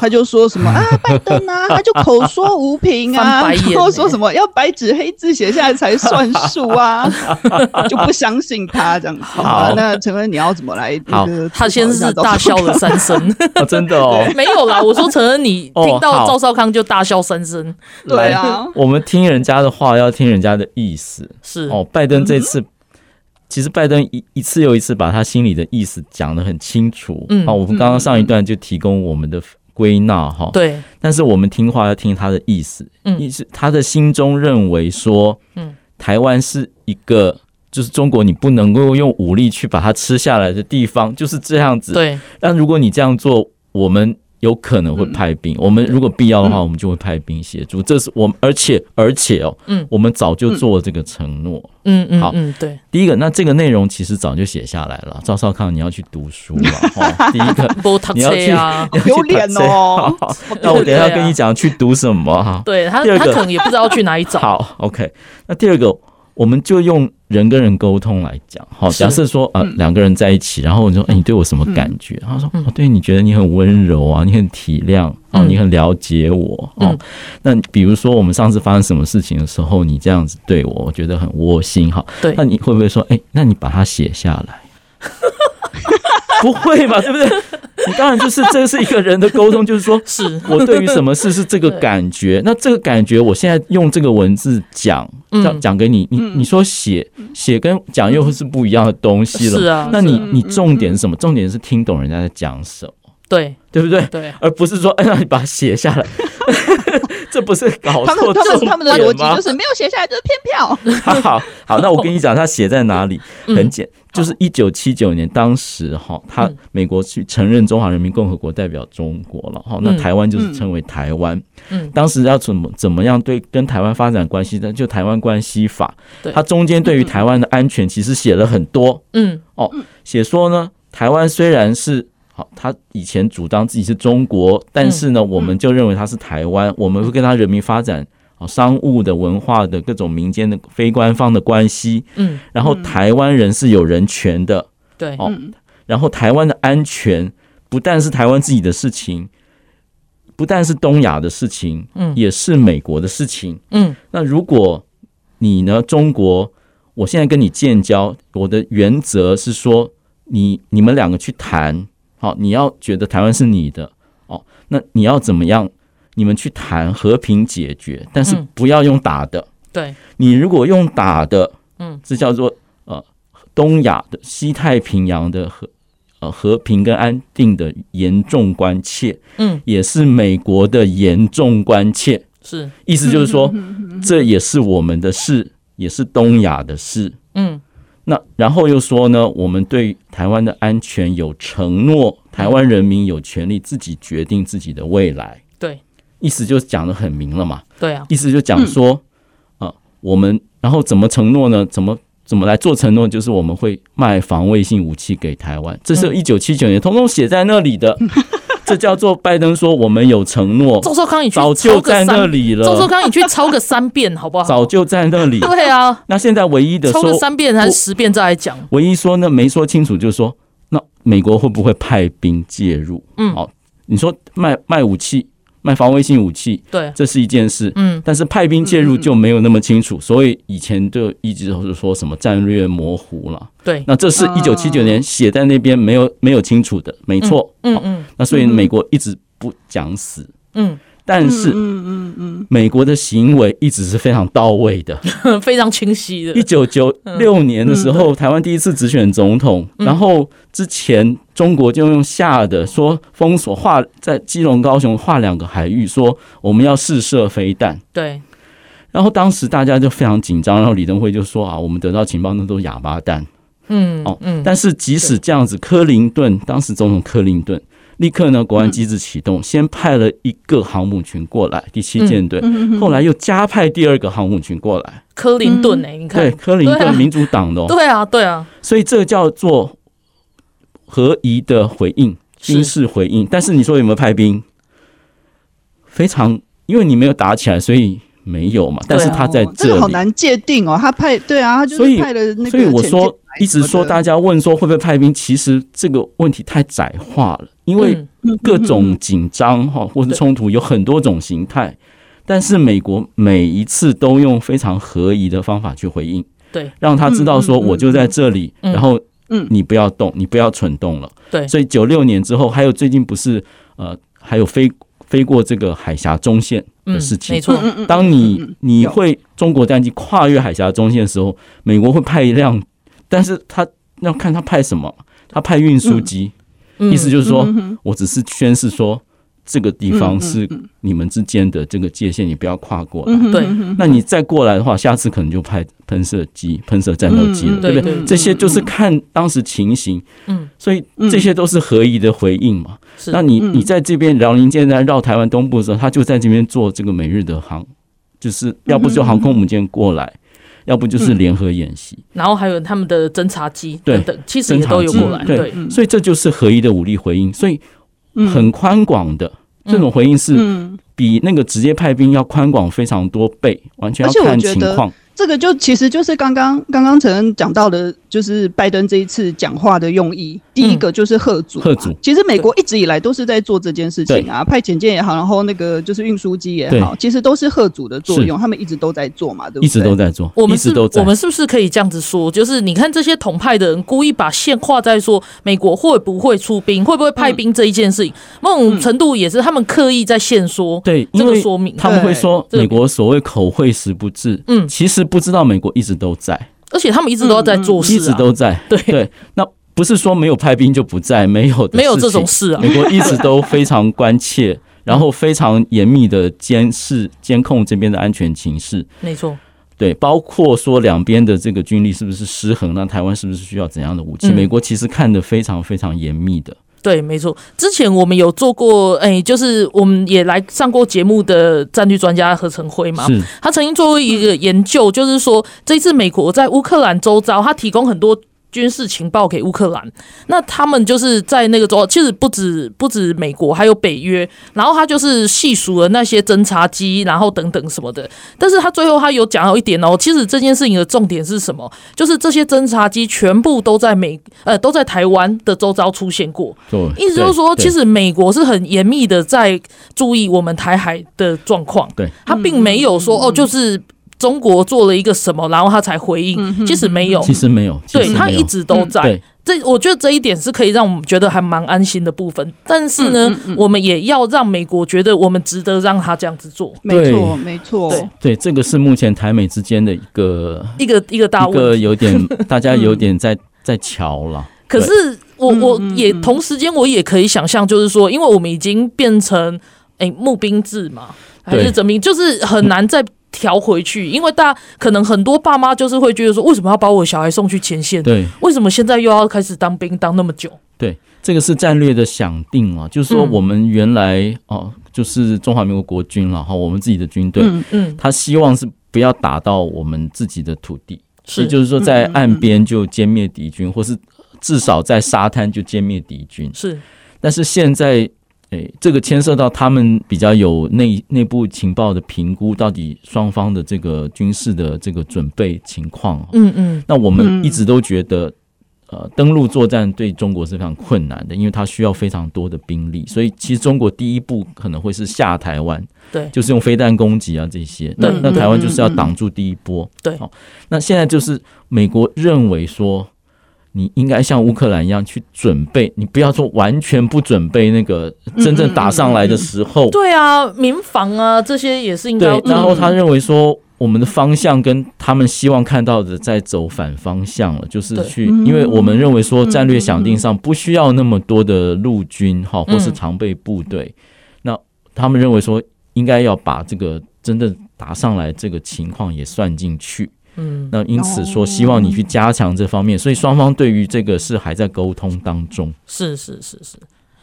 [SPEAKER 8] 他就说
[SPEAKER 7] <laughs>
[SPEAKER 8] 什么啊，拜登啊，他就口说无凭
[SPEAKER 7] 翻
[SPEAKER 8] 啊，
[SPEAKER 7] 白眼欸
[SPEAKER 8] 然后说什么要白纸黑字写下来才算数啊，
[SPEAKER 7] <laughs>
[SPEAKER 8] 就不相信他这样子。
[SPEAKER 9] 好
[SPEAKER 8] 啊那陈恩，你要怎么来？
[SPEAKER 9] 好
[SPEAKER 8] 那个
[SPEAKER 7] 他先
[SPEAKER 8] 吐槽一
[SPEAKER 7] 是
[SPEAKER 8] 下赵
[SPEAKER 7] 大
[SPEAKER 8] 少
[SPEAKER 7] 笑
[SPEAKER 8] 康
[SPEAKER 7] 了三声，
[SPEAKER 9] 哦真的
[SPEAKER 7] <laughs>
[SPEAKER 9] 哦，
[SPEAKER 7] 没有啦，我说承恩，你
[SPEAKER 9] 哦
[SPEAKER 7] 听到
[SPEAKER 9] 好
[SPEAKER 7] 赵少康就大笑三声，
[SPEAKER 8] <laughs> 对啊，
[SPEAKER 9] <laughs> 我们听人家的话要听人家的意思
[SPEAKER 7] 是，嗯
[SPEAKER 9] 哦。拜登这次，其实拜登一一次又一次把他心里的意思讲得很清楚。哦
[SPEAKER 7] 嗯
[SPEAKER 9] 好，我们刚刚上一段就提供我们的归纳哈。
[SPEAKER 7] 对，
[SPEAKER 9] 但是我们听话要听他的意思，
[SPEAKER 7] 嗯
[SPEAKER 9] 意思他的心中认为说，
[SPEAKER 7] 嗯，
[SPEAKER 9] 台湾是一个就是中国你不能够用武力去把它吃下来的地方，就是这样子。，
[SPEAKER 7] 对，
[SPEAKER 9] 但如果你这样做，我们有可能会
[SPEAKER 7] 嗯
[SPEAKER 9] 派兵，我们如果必要的话，我们就会派兵协助。这是我们，而且而且哦，
[SPEAKER 7] 嗯
[SPEAKER 9] 我们早就做了这个承诺。
[SPEAKER 7] 嗯嗯
[SPEAKER 9] 好
[SPEAKER 7] 嗯，对，
[SPEAKER 9] 第一个，那这个内容其实早就写下来了，赵少康，你要去读书
[SPEAKER 7] <laughs>
[SPEAKER 9] 了。哦、第一个，
[SPEAKER 7] 波特
[SPEAKER 9] 你要
[SPEAKER 7] 车啊，
[SPEAKER 9] 你要去
[SPEAKER 8] 丢脸哦
[SPEAKER 9] 把这。那我等一下跟你讲去读什么哈。
[SPEAKER 7] 对他
[SPEAKER 9] 第二
[SPEAKER 7] 他
[SPEAKER 9] 个
[SPEAKER 7] 可能也不知道去哪里找，
[SPEAKER 9] 好，OK。那第二个，我们就用人跟人沟通来讲。好，
[SPEAKER 7] 是嗯
[SPEAKER 9] 假设说呃两个人在一起，然后你说，哎，你对我什么感觉？他说，哦，对你觉得你很温柔啊，你很体谅哦，
[SPEAKER 7] 嗯
[SPEAKER 9] 你很了解我哦
[SPEAKER 7] 嗯。
[SPEAKER 9] 那比如说我们上次发生什么事情的时候，你这样子对我，我觉得很窝心哈。
[SPEAKER 7] 对
[SPEAKER 9] 那你会不会说，哎，那你把它写下来？ <laughs> 不会吧，对不对？你当然就是这是一个人的沟通，就是说，
[SPEAKER 7] <laughs> 是，
[SPEAKER 9] 我对于什么事是这个感觉，那这个感觉我现在用这个文字讲，
[SPEAKER 7] 嗯
[SPEAKER 9] 讲讲给你，你你说写写跟讲又是不一样的东西了。
[SPEAKER 7] 是啊嗯
[SPEAKER 9] 那你
[SPEAKER 8] 是啊
[SPEAKER 9] 你重点是什么？重点是听懂人家在讲什么。
[SPEAKER 7] 对
[SPEAKER 9] 对不对？
[SPEAKER 7] 对，
[SPEAKER 9] 而不是说哎让你把它写下来， <laughs> 这不是搞
[SPEAKER 8] 他
[SPEAKER 9] 错
[SPEAKER 8] 们他
[SPEAKER 9] 重
[SPEAKER 8] 们
[SPEAKER 9] 点
[SPEAKER 8] 他们的逻
[SPEAKER 9] 吗
[SPEAKER 8] 辑就是没有写下来就是骗票。
[SPEAKER 9] <laughs> 好好，那我跟你讲，他写在哪里？
[SPEAKER 7] <laughs> 嗯
[SPEAKER 9] 很简，就是一九七九年，当时哈，他
[SPEAKER 7] 嗯
[SPEAKER 9] 美国去承认中华人民共和国代表中国了哈，那
[SPEAKER 7] 嗯
[SPEAKER 9] 台湾就是
[SPEAKER 8] 嗯
[SPEAKER 9] 称为台湾。
[SPEAKER 7] 嗯
[SPEAKER 9] 当时要怎么怎么样对跟台湾发展关系呢？就《台湾关系法
[SPEAKER 7] 对》，
[SPEAKER 9] 它中间对于台湾的安全其实写了很多，哦
[SPEAKER 7] 嗯
[SPEAKER 9] 写说呢，台湾虽然是好，他以前主张自己是中国，
[SPEAKER 7] 嗯
[SPEAKER 9] 但是呢，我们就认为它是台湾，我们会跟他人民发展好商务的、文化的各种民间的非官方的关系。
[SPEAKER 7] 嗯，
[SPEAKER 9] 然后台湾人是有人权的，
[SPEAKER 7] 对
[SPEAKER 9] 哦，然后台湾的安全不但是台湾自己的事情，不但是东亚的事情，
[SPEAKER 7] 嗯
[SPEAKER 9] 也是美国的事情。
[SPEAKER 7] 嗯
[SPEAKER 9] 那如果你呢，中国，我现在跟你建交，我的原则是说，你你们两个去谈，好，你要觉得台湾是你的哦，那你要怎么样？你们去谈和平解决，但是
[SPEAKER 7] 嗯
[SPEAKER 9] 不要用打的。
[SPEAKER 7] 对，
[SPEAKER 9] 你如果用打的，
[SPEAKER 7] 嗯，
[SPEAKER 9] 这叫做呃东亚的西太平洋的和呃和平跟安定的严重关切，
[SPEAKER 7] 嗯
[SPEAKER 9] 也是美国的严重关切。
[SPEAKER 7] 是，
[SPEAKER 9] 意思就是
[SPEAKER 7] 嗯
[SPEAKER 9] 说， <laughs> 这也是我们的事，也是东亚的事。
[SPEAKER 7] 嗯
[SPEAKER 9] 那然后又说呢，我们对台湾的安全有承诺，台湾人民有权利自己决定自己的未来。
[SPEAKER 7] 对，
[SPEAKER 9] 意思就讲得很明了嘛。
[SPEAKER 7] 对啊，
[SPEAKER 9] 意思就讲说，啊、
[SPEAKER 7] 嗯
[SPEAKER 9] 我们然后怎么承诺呢？怎么怎么来做承诺？就是我们会卖防卫性武器给台湾，这
[SPEAKER 7] 嗯
[SPEAKER 9] 是一九七九年，通通写在那
[SPEAKER 7] <laughs>
[SPEAKER 9] 里的。这叫做拜登说我们有承诺，
[SPEAKER 7] 赵少康你去
[SPEAKER 9] 早就
[SPEAKER 7] 抄个
[SPEAKER 9] 在
[SPEAKER 7] 三，
[SPEAKER 9] 那里了，
[SPEAKER 7] 赵少康你去抄个三遍好不好？
[SPEAKER 9] 早就在那里。
[SPEAKER 7] 对啊，
[SPEAKER 9] 那现在唯一的
[SPEAKER 7] 抄个
[SPEAKER 9] 说，
[SPEAKER 7] 三遍还是十遍再来讲，
[SPEAKER 9] 唯一说呢没说清楚，就是说，那美国会不会派兵介入？
[SPEAKER 7] 嗯
[SPEAKER 9] 好、你说卖卖武器，卖防卫性武器，
[SPEAKER 7] 对，
[SPEAKER 9] 这是一件事。
[SPEAKER 7] 嗯
[SPEAKER 9] 但是派兵介入就没有那么清楚，所以以前就一直都是说什么战略模糊了。
[SPEAKER 7] 对，
[SPEAKER 9] 那这是一九七九年写在那边没有没有清楚的，没错。
[SPEAKER 7] 嗯
[SPEAKER 9] 好
[SPEAKER 7] 嗯
[SPEAKER 9] 那所以美国一直不讲死，
[SPEAKER 7] 嗯
[SPEAKER 9] 但是
[SPEAKER 8] 嗯嗯
[SPEAKER 9] 美国的行为一直是非常到位的。
[SPEAKER 7] 嗯，非常清晰
[SPEAKER 9] 一
[SPEAKER 7] 的，
[SPEAKER 9] 九九六年的时候，台湾第一次直选总统，然后之前中国就用吓的说封锁划在基隆、高雄划两个海域，说我们要试射飞弹。
[SPEAKER 7] 对，
[SPEAKER 9] 然后当时大家就非常紧张，然后李登辉就说啊，我们得到情报那都是哑巴蛋
[SPEAKER 7] 嗯
[SPEAKER 9] 哦。
[SPEAKER 7] 嗯，
[SPEAKER 9] 但是即使这样子，克林顿当时总统克林顿立刻呢国安机制启
[SPEAKER 7] 嗯
[SPEAKER 9] 动，先派了一个航母群过来，第七舰队，
[SPEAKER 7] 嗯
[SPEAKER 9] 后来又加派第二个航母群过来，
[SPEAKER 7] 克林顿哎，你
[SPEAKER 9] 对，
[SPEAKER 7] 看，
[SPEAKER 9] 克林
[SPEAKER 7] 对啊
[SPEAKER 9] 顿民主党的、哦，
[SPEAKER 7] 对啊对啊，
[SPEAKER 9] 所以这叫做合宜的回应，
[SPEAKER 7] 是
[SPEAKER 9] 军事回应。但是你说有没有派兵？非常，因为你没有打起来，所以没有嘛。但是
[SPEAKER 8] 嗯，
[SPEAKER 9] 他
[SPEAKER 7] 啊
[SPEAKER 9] 在
[SPEAKER 8] 哦这个
[SPEAKER 9] 里
[SPEAKER 8] 好，难界定哦。他派对啊，他就
[SPEAKER 9] 所以
[SPEAKER 8] 是派了那个
[SPEAKER 9] 所以我
[SPEAKER 8] 潜
[SPEAKER 9] 说
[SPEAKER 8] 舰来
[SPEAKER 9] 一直
[SPEAKER 8] 什么
[SPEAKER 9] 说
[SPEAKER 8] 的
[SPEAKER 9] 大家问说会不会派兵，其实这个问题太窄化了，因为
[SPEAKER 7] 嗯
[SPEAKER 9] 各种紧
[SPEAKER 7] <laughs>
[SPEAKER 9] 张哈或是冲突有很多种形态。但是美国每一次都用非常合宜的方法去回应，
[SPEAKER 7] 对，
[SPEAKER 9] 让他知道说
[SPEAKER 8] 嗯嗯嗯
[SPEAKER 9] 我就在这里，
[SPEAKER 7] 嗯
[SPEAKER 9] 然后
[SPEAKER 8] 嗯
[SPEAKER 9] 你不要动，你不要蠢动了。
[SPEAKER 7] 对
[SPEAKER 9] 所以九六年之后，还有最近不是呃，还有飞飞过这个海峡中线的
[SPEAKER 7] 嗯
[SPEAKER 9] 事，情。
[SPEAKER 7] 没错，
[SPEAKER 8] 嗯嗯嗯
[SPEAKER 9] 当
[SPEAKER 8] 嗯
[SPEAKER 9] 你
[SPEAKER 8] 嗯
[SPEAKER 9] 你
[SPEAKER 8] 有
[SPEAKER 9] 会中国战机跨越海峡中线的时候，美国会派一辆，但是他要看他派什么，他派运输机，
[SPEAKER 7] 嗯
[SPEAKER 9] 意思就是说，
[SPEAKER 8] 嗯
[SPEAKER 9] 我只是宣示说这个地方是你们之间的这个界限，你不要跨过
[SPEAKER 8] 嗯
[SPEAKER 9] 来。
[SPEAKER 7] 对
[SPEAKER 9] 那你再过来的话，下次可能就派喷射机、喷射战斗机了，
[SPEAKER 7] 嗯
[SPEAKER 9] 对
[SPEAKER 7] 对
[SPEAKER 9] 不
[SPEAKER 7] 对
[SPEAKER 9] 对？这些就是看当时情形，
[SPEAKER 7] 嗯，
[SPEAKER 9] 所以这些都是合宜的回应嘛。
[SPEAKER 7] 是
[SPEAKER 9] 那
[SPEAKER 8] 嗯
[SPEAKER 9] 你你在这边辽宁舰在绕台湾东部的时候，他就在这边做这个美日的航，就是要不就航空母舰过来，
[SPEAKER 7] 嗯
[SPEAKER 9] 要不就是联合演习，
[SPEAKER 7] 然后还有他们的侦察机
[SPEAKER 9] 对
[SPEAKER 7] 等等，其实
[SPEAKER 9] 侦
[SPEAKER 7] 也
[SPEAKER 9] 察
[SPEAKER 7] 都有
[SPEAKER 9] 机
[SPEAKER 7] 过来，对，嗯
[SPEAKER 9] 对，所以这就是合宜的武力回应，所以
[SPEAKER 8] 嗯
[SPEAKER 9] 很宽广的这种回应是
[SPEAKER 8] 嗯，
[SPEAKER 9] 比那个直接派兵要宽广非常多倍，完全要
[SPEAKER 8] 而且我
[SPEAKER 9] 看
[SPEAKER 8] 觉
[SPEAKER 9] 情
[SPEAKER 8] 得
[SPEAKER 9] 况。
[SPEAKER 8] 这个就其实就是刚刚刚刚陈恩讲到的，就是拜登这一次讲话的用意。第一个就是贺阻，
[SPEAKER 9] 嗯贺阻
[SPEAKER 8] 其实美国一直以来都是在做这件事情啊，派潜舰也好，然后那个就是运输机也好，其实都是贺阻的作用，他们一直都在做嘛，对不对？
[SPEAKER 9] 一直都在做，
[SPEAKER 7] 我们
[SPEAKER 9] 一直
[SPEAKER 7] 是，
[SPEAKER 9] 都在
[SPEAKER 7] 我。们是不是可以这样子说？就是你看这些统派的人故意把线画在说美国会不会出兵，会不会派兵这一件事情，某种程度也是他们刻意在限缩。
[SPEAKER 9] 对，
[SPEAKER 7] 这
[SPEAKER 9] 因
[SPEAKER 7] 个
[SPEAKER 9] 为
[SPEAKER 7] 说明
[SPEAKER 9] 他们会说
[SPEAKER 7] 对这个
[SPEAKER 9] 美国所谓口惠实不至，
[SPEAKER 7] 嗯
[SPEAKER 9] 其实不知道美国一直都在，
[SPEAKER 7] 而且他们一直都在做事、啊，
[SPEAKER 9] 一直都在。
[SPEAKER 7] 对
[SPEAKER 9] 对，那不是说没有派兵就不在，没有的
[SPEAKER 7] 没有
[SPEAKER 9] 事
[SPEAKER 7] 这种
[SPEAKER 9] 情
[SPEAKER 7] 事啊
[SPEAKER 9] 美国一直都非常
[SPEAKER 7] <laughs>
[SPEAKER 9] 关切，然后非常严密的监视、监控这边的安全情势。
[SPEAKER 7] 没错，
[SPEAKER 9] 对，包括说两边的这个军力是不是失衡，那台湾是不是需要怎样的武器？
[SPEAKER 7] 嗯
[SPEAKER 9] 美国其实看得非常非常严密的。
[SPEAKER 7] 对，没错。之前我们有做过，哎、就是我们也来上过节目的战略专家何成辉嘛，
[SPEAKER 9] 是，
[SPEAKER 7] 他曾经做过一个研究，就是说这次美国在乌克兰周遭，他提供很多。军事情报给乌克兰，那他们就是在那个周，其实不止不止美国，还有北约，然后他就是细数了那些侦察机，然后等等什么的。但是他最后他有讲到一点哦，其实这件事情的重点是什么？就是这些侦察机全部都在美呃都在台湾的周遭出现过，
[SPEAKER 9] 对，
[SPEAKER 7] 意思就是说，
[SPEAKER 9] 对
[SPEAKER 7] 其实美国是很严密的在注意我们台海的状况，
[SPEAKER 9] 对，
[SPEAKER 7] 他并没有
[SPEAKER 8] 嗯
[SPEAKER 7] 说哦，就是中国做了一个什么，然后他才回
[SPEAKER 8] 嗯
[SPEAKER 7] 应，其实没有
[SPEAKER 9] 对，其实没有，其实
[SPEAKER 7] 哦对
[SPEAKER 9] 没
[SPEAKER 7] 他
[SPEAKER 9] 有嗯
[SPEAKER 7] 一直都在
[SPEAKER 9] 对。
[SPEAKER 7] 这我觉得这一点是可以让我们觉得还蛮安心的部分，但是
[SPEAKER 8] 嗯
[SPEAKER 7] 呢，我们也要让美国觉得我们值得让他这样子做，
[SPEAKER 8] 没错，没错，
[SPEAKER 7] 对
[SPEAKER 9] 对，这个是目前台美之间的一个
[SPEAKER 7] 一个一个大
[SPEAKER 9] 一
[SPEAKER 7] 问
[SPEAKER 9] 个
[SPEAKER 7] 题。<laughs>
[SPEAKER 9] 有点大家有点在在瞧了。
[SPEAKER 7] 可是我
[SPEAKER 8] 嗯
[SPEAKER 7] 我
[SPEAKER 8] 嗯
[SPEAKER 7] 也
[SPEAKER 8] 嗯
[SPEAKER 7] 同时间我也可以想象，就是说，因为我们已经变成诶、募兵制嘛，还是
[SPEAKER 9] 对
[SPEAKER 7] 怎么样，就是很难再调回去，因为大家可能很多爸妈就是会觉得说，为什么要把我小孩送去前线？
[SPEAKER 9] 对
[SPEAKER 7] 为什么现在又要开始当兵当那么久？
[SPEAKER 9] 对，这个是战略的想定了，就是说
[SPEAKER 7] 嗯
[SPEAKER 9] 我们原来哦，就是中华民国国军了哈，我们自己的军队，
[SPEAKER 8] 嗯，
[SPEAKER 7] 嗯，
[SPEAKER 9] 他希望是不要打到我们自己的土地，也
[SPEAKER 7] 是嗯
[SPEAKER 9] 就是说在岸边就歼灭敌军，或是至少在沙滩就歼灭敌军。
[SPEAKER 7] 是，
[SPEAKER 9] 但是现在，诶，这个牵涉到他们比较有内内部情报的评估，到底双方的这个军事的这个准备情况。啊
[SPEAKER 7] 嗯嗯，
[SPEAKER 9] 那我们一直都觉得，呃，登陆作战对中国是非常困难的，因为它需要非常多的兵力，所以其实中国第一步可能会是下台湾，
[SPEAKER 7] 对
[SPEAKER 9] 就是用飞弹攻击啊这些。那
[SPEAKER 7] 嗯
[SPEAKER 9] 那
[SPEAKER 7] 嗯
[SPEAKER 9] 台湾就是要挡住第一波。
[SPEAKER 7] 对
[SPEAKER 9] 好，那现在就是美国认为说。你应该像乌克兰一样去准备，你不要说完全不准备那个真正打上来的时候，
[SPEAKER 7] 对啊，民防啊这些也是应该嗯要
[SPEAKER 9] 对，然后他认为说，我们的方向跟他们希望看到的在走反方向了，就是
[SPEAKER 7] 对
[SPEAKER 9] 去，因为我们认为说战略想定上不需要那么多的陆军哈，或是常备部队，那他们认为说应该要把这个真正打上来这个情况也算进去。
[SPEAKER 7] 嗯，
[SPEAKER 9] 那因此说，希望你去加强这方面，所以双方对于这个是还在沟通当中。
[SPEAKER 7] 是是是是。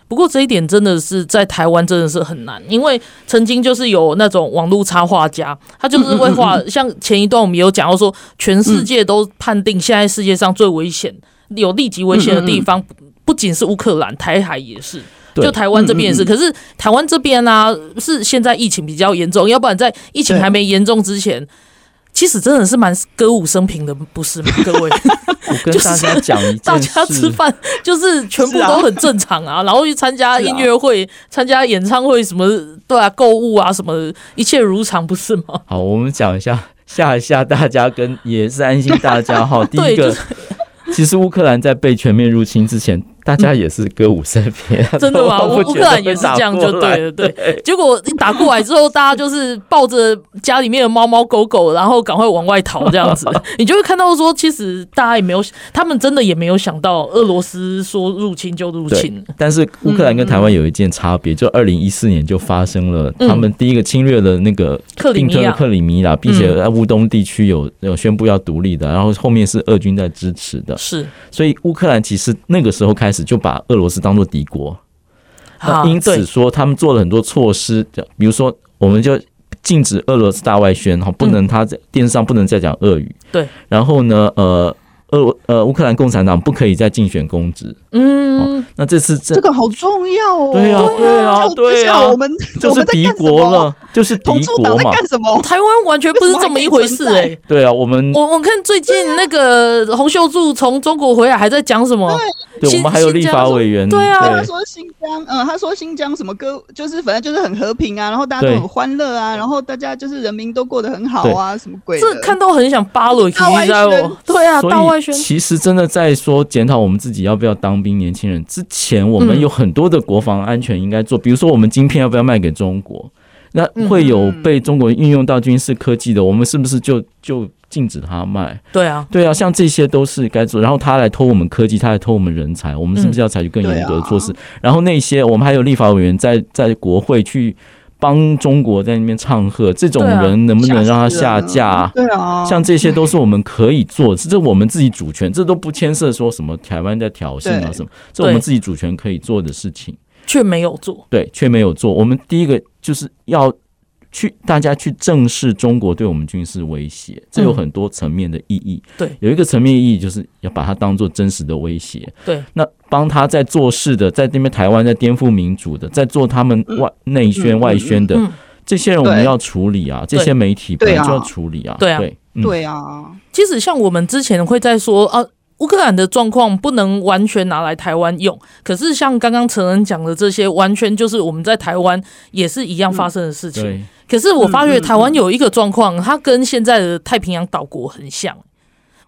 [SPEAKER 7] 不过这一点真的是在台湾真的是很难，因为曾经就是有那种网络插画家，他就是会
[SPEAKER 9] 嗯
[SPEAKER 7] 画，像前一段我们也有讲到说，全世界都判定现在世界上最危险、有立即危险的地
[SPEAKER 9] 嗯
[SPEAKER 7] 方，不仅是乌克兰，台海也是。
[SPEAKER 9] 对
[SPEAKER 7] 就台湾这边也是，可是台湾这边呢、啊是现在疫情比较严重，要不然在疫情
[SPEAKER 8] 对
[SPEAKER 7] 还没严重之前，其实真的是蛮歌舞升平的，不是 <laughs> 吗？各位，
[SPEAKER 9] 我跟大家讲一
[SPEAKER 7] <laughs> 大
[SPEAKER 9] 件
[SPEAKER 7] 家吃
[SPEAKER 9] 事，
[SPEAKER 7] 饭就是全部都很正常啊，然后去参加音乐会、参加演唱会什么，对啊，购物啊什么的，一切如常，不是吗？
[SPEAKER 9] 好，我们讲一下吓一吓大家跟，也是安心大
[SPEAKER 7] <laughs>
[SPEAKER 9] 家哈。第一
[SPEAKER 7] 对就
[SPEAKER 9] 个，
[SPEAKER 7] 是
[SPEAKER 9] 其实乌克兰在被全面入侵之前，大家也是歌舞升平，
[SPEAKER 7] <laughs> 真的吗？
[SPEAKER 9] <laughs> 都
[SPEAKER 7] 乌
[SPEAKER 9] 不觉得
[SPEAKER 7] 乌克兰也是这样就
[SPEAKER 9] 会打过来
[SPEAKER 7] 对了，对。结果一打过来之后，大家就是抱着家里面的猫猫狗狗，然后赶快往外逃，这样 <laughs> 子，你就会看到说，其实大家也没有，他们真的也没有想到俄罗斯说入侵就入侵
[SPEAKER 9] 对，，但是乌克兰跟台湾有一件差别，就二零一四年就发生了，
[SPEAKER 7] 嗯
[SPEAKER 9] 他们第一个侵略了那个
[SPEAKER 7] 克里
[SPEAKER 9] 并
[SPEAKER 7] 米
[SPEAKER 9] 吞了
[SPEAKER 7] 亚嗯
[SPEAKER 9] 克里米亚，并且在乌东地区有有宣布要独立的，然后后面是俄军在支持的，
[SPEAKER 7] 是
[SPEAKER 9] 所以乌克兰其实那个时候开始就把俄罗斯当做敌国，
[SPEAKER 7] 啊，
[SPEAKER 9] 因
[SPEAKER 7] 对
[SPEAKER 9] 此说他们做了很多措施，比如说我们就禁止俄罗斯大外宣哈，不能他在电视上不能再讲俄语。
[SPEAKER 7] 嗯对。
[SPEAKER 9] 然后呢，呃，俄罗呃乌克兰共产党不可以再竞选公职。
[SPEAKER 7] 嗯，
[SPEAKER 9] 那这次这
[SPEAKER 8] 这个好重要哦。
[SPEAKER 9] 对啊对啊对啊
[SPEAKER 8] 我们
[SPEAKER 9] <laughs> 就是敌国，了，就是敌
[SPEAKER 8] 同住党在
[SPEAKER 9] 国嘛。
[SPEAKER 8] 干什么？
[SPEAKER 7] 台湾完全不是这么一回事
[SPEAKER 8] 为什么还
[SPEAKER 7] 哎、
[SPEAKER 8] 可以存
[SPEAKER 9] 对啊，我们
[SPEAKER 7] 我我看最近那个洪秀柱从中国回来还在讲什么？
[SPEAKER 9] 对我
[SPEAKER 7] 新
[SPEAKER 9] 们还有立
[SPEAKER 7] 新加
[SPEAKER 9] 法
[SPEAKER 7] 坡
[SPEAKER 9] 委员
[SPEAKER 7] 对啊
[SPEAKER 8] 他说新疆，嗯、他说新疆什么歌，就是反正就是很和平啊，然后大家都
[SPEAKER 9] 对
[SPEAKER 8] 很欢乐啊，然后大家就是人民都过得很好啊，什么鬼的？
[SPEAKER 7] 这看到很想扒了，你知
[SPEAKER 8] 大外宣
[SPEAKER 7] 道不？对啊，大
[SPEAKER 9] 所
[SPEAKER 7] 外
[SPEAKER 9] 以
[SPEAKER 7] 宣
[SPEAKER 9] 其实真的在说检讨我们自己要不要当兵，年轻人之前我们
[SPEAKER 7] 嗯
[SPEAKER 9] 有很多的国防安全应该做，比如说我们晶片要不要卖给中国，那会有被中国运用到军事科技的，我们是不是就就禁止他卖。
[SPEAKER 7] 对啊，
[SPEAKER 9] 对啊，像这些都是该做。然后他来偷我们科技，他来偷我们人才，我们是不是要采取更严格的措施？
[SPEAKER 8] 啊
[SPEAKER 9] 然后那些我们还有立法委员在在国会去帮中国在那边唱和，这种
[SPEAKER 7] 对啊
[SPEAKER 9] 人能不能
[SPEAKER 8] 吓死
[SPEAKER 9] 让他
[SPEAKER 8] 人
[SPEAKER 9] 下
[SPEAKER 8] 了
[SPEAKER 9] 架啊？
[SPEAKER 8] 对啊，
[SPEAKER 9] 像这些都是我们可以做，这是我们自己主权，这都不牵涉说什么台湾在挑衅啊
[SPEAKER 8] 对
[SPEAKER 9] 什么，这我们
[SPEAKER 7] 对
[SPEAKER 9] 自己主权可以做的事情。
[SPEAKER 7] 却没有做。
[SPEAKER 9] 对，却没有做。我们第一个就是要去大家去正视中国对我们军事威胁，这有
[SPEAKER 7] 嗯
[SPEAKER 9] 很多层面的意义。
[SPEAKER 7] 对，
[SPEAKER 9] 有一个层面意义就是要把它当做真实的威胁。
[SPEAKER 7] 对，
[SPEAKER 9] 那帮他在做事的，在那边台湾在颠覆民主的，在做他们外内宣
[SPEAKER 8] 嗯
[SPEAKER 9] 外宣的
[SPEAKER 7] 嗯，
[SPEAKER 9] 这些人我们
[SPEAKER 8] 对
[SPEAKER 9] 要处理啊，这
[SPEAKER 7] 对
[SPEAKER 9] 些媒体本来
[SPEAKER 8] 对啊
[SPEAKER 9] 就要处理啊。
[SPEAKER 7] 对啊
[SPEAKER 9] 对，嗯
[SPEAKER 8] 对啊，
[SPEAKER 7] 其实像我们之前会在说啊，乌克兰的状况不能完全拿来台湾用，可是像刚刚陈恩讲的这些，完全就是我们在台湾也是一样发生的事情。
[SPEAKER 9] 嗯对。
[SPEAKER 7] 可是我发觉台湾有一个状况，它跟现在的太平洋岛国很像。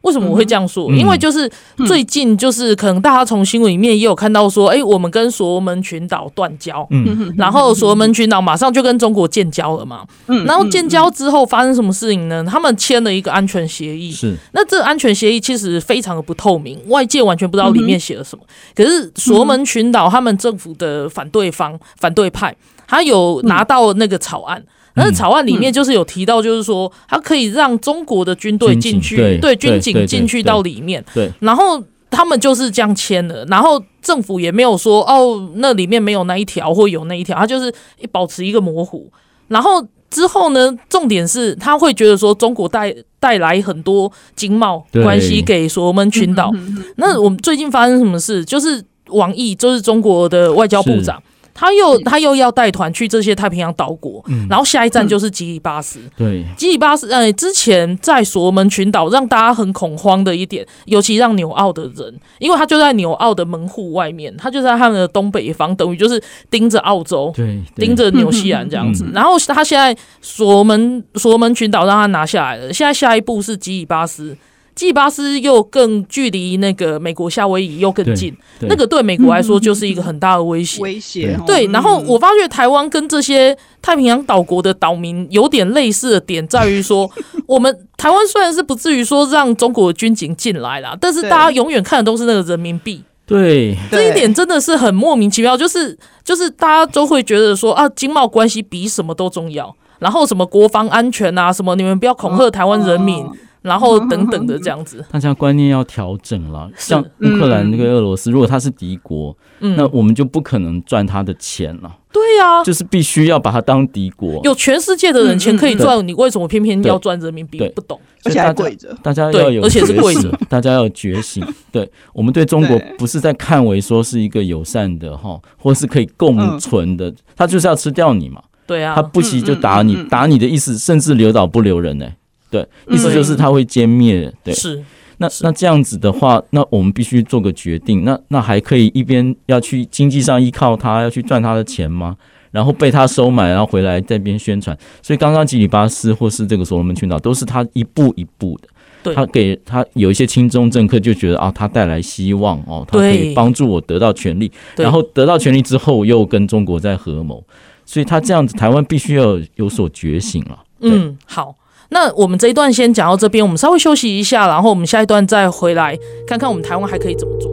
[SPEAKER 7] 为什么我会这样说？
[SPEAKER 9] 嗯
[SPEAKER 7] 因为就是最近，就是可能大家从新闻里面也有看到说，哎、我们跟所门群岛断交，
[SPEAKER 9] 嗯，
[SPEAKER 7] 然后所门群岛马上就跟中国建交了嘛。
[SPEAKER 8] 嗯
[SPEAKER 7] 然后建交之后发生什么事情呢？他们签了一个安全协议，
[SPEAKER 9] 是
[SPEAKER 7] 那这个安全协议其实非常的不透明，外界完全不知道里面写了什么。
[SPEAKER 9] 嗯
[SPEAKER 7] 可是所门群岛他们政府的反对方、反对派，他有拿到那个草案。
[SPEAKER 9] 嗯
[SPEAKER 7] 那草案里面就是有提到，就是说它可以让中国的军队
[SPEAKER 9] 军警
[SPEAKER 7] 进去，
[SPEAKER 9] 嗯对对
[SPEAKER 7] 军
[SPEAKER 9] 对
[SPEAKER 7] 警
[SPEAKER 9] 对
[SPEAKER 7] 进去到里面，
[SPEAKER 9] 对
[SPEAKER 7] 然后他们就是这样签了，然后政府也没有说哦，那里面没有那一条或有那一条，它就是保持一个模糊。然后之后呢，重点是他会觉得说中国带带来很多经贸
[SPEAKER 9] 对
[SPEAKER 7] 关系给所罗门群岛。那我们最近发生什么事？就是王毅，就是中国的外交部长。他又他又要带团去这些太平洋岛国，然后下一站就是吉里巴斯。
[SPEAKER 9] 对，
[SPEAKER 7] 吉里巴斯，呃，之前在所罗门群岛让大家很恐慌的一点，尤其让纽澳的人，因为他就在纽澳的门户外面，他就在他们的东北方，等于就是盯着澳洲，
[SPEAKER 9] 对，对嗯
[SPEAKER 7] 盯着纽西兰这样子。然后他现在所罗门所罗门群岛让他拿下来了，现在下一步是吉里巴斯。吉里巴斯又更距离那个美国夏威夷又更近，
[SPEAKER 9] 对
[SPEAKER 7] 那个对美国来说就是一个很大的威胁。
[SPEAKER 8] 威胁哦
[SPEAKER 7] 对，然后我发觉台湾跟这些太平洋岛国的岛民有点类似的点，在于说， <laughs> 我们台湾虽然是不至于说让中国军警进来啦，但是
[SPEAKER 8] 对
[SPEAKER 7] 大家永远看的都是那个人民币，
[SPEAKER 9] 对，
[SPEAKER 7] 这一点真的是很莫名其妙，就是就是大家都会觉得说啊，经贸关系比什么都重要，然后什么国防安全啊，什么你们不要恐吓台湾人
[SPEAKER 9] 嗯
[SPEAKER 7] 民，然后等等的这样子，
[SPEAKER 9] 大家观念要调整了。
[SPEAKER 7] 是
[SPEAKER 9] 像乌克
[SPEAKER 8] 嗯
[SPEAKER 9] 兰跟俄罗斯，如果它是敌国，
[SPEAKER 7] 嗯
[SPEAKER 9] 那我们就不可能赚它的钱了，
[SPEAKER 7] 对呀、
[SPEAKER 9] 就是必须要把它当敌国。
[SPEAKER 7] 有全世界的人钱可以赚，你为什么偏偏要赚人民币
[SPEAKER 9] 对？
[SPEAKER 7] 不懂。
[SPEAKER 9] 所
[SPEAKER 8] 而
[SPEAKER 9] 以
[SPEAKER 8] 且还
[SPEAKER 9] 大家
[SPEAKER 8] 跪着，
[SPEAKER 9] 大家要
[SPEAKER 7] 对
[SPEAKER 9] 有
[SPEAKER 7] 而且是
[SPEAKER 9] 觉
[SPEAKER 7] 跪着
[SPEAKER 9] 醒，大家要有
[SPEAKER 7] <laughs>
[SPEAKER 9] 觉醒。对我们对中国
[SPEAKER 8] 对
[SPEAKER 9] 不是在看为说是一个友善的哈，或是可以共存的，他就是要吃掉你嘛，
[SPEAKER 7] 对嗯啊，嗯
[SPEAKER 9] 他不惜就打你，打你的意思，甚至留岛不留人呢、欸对，意思就是他会歼灭。对，
[SPEAKER 7] 嗯是
[SPEAKER 9] 那那这样子的话，那我们必须做个决定。那那还可以一边要去经济上依靠他，要去赚他的钱吗？然后被他收买，然后回来这边宣传。所以刚刚吉里巴斯或是这个所罗门群岛，都是他一步一步的。
[SPEAKER 7] 对
[SPEAKER 9] 他给他有一些亲中政客就觉得啊，他带来希望哦，他可
[SPEAKER 7] 对
[SPEAKER 9] 以帮助我得到权利，
[SPEAKER 7] 对
[SPEAKER 9] 然后得到权利之后又跟中国在合谋，所以他这样子，台湾必须要有所觉醒啊了。对，
[SPEAKER 7] 嗯，好，那我们这一段先讲到这边，我们稍微休息一下，然后我们下一段再回来看看我们台湾还可以怎么做。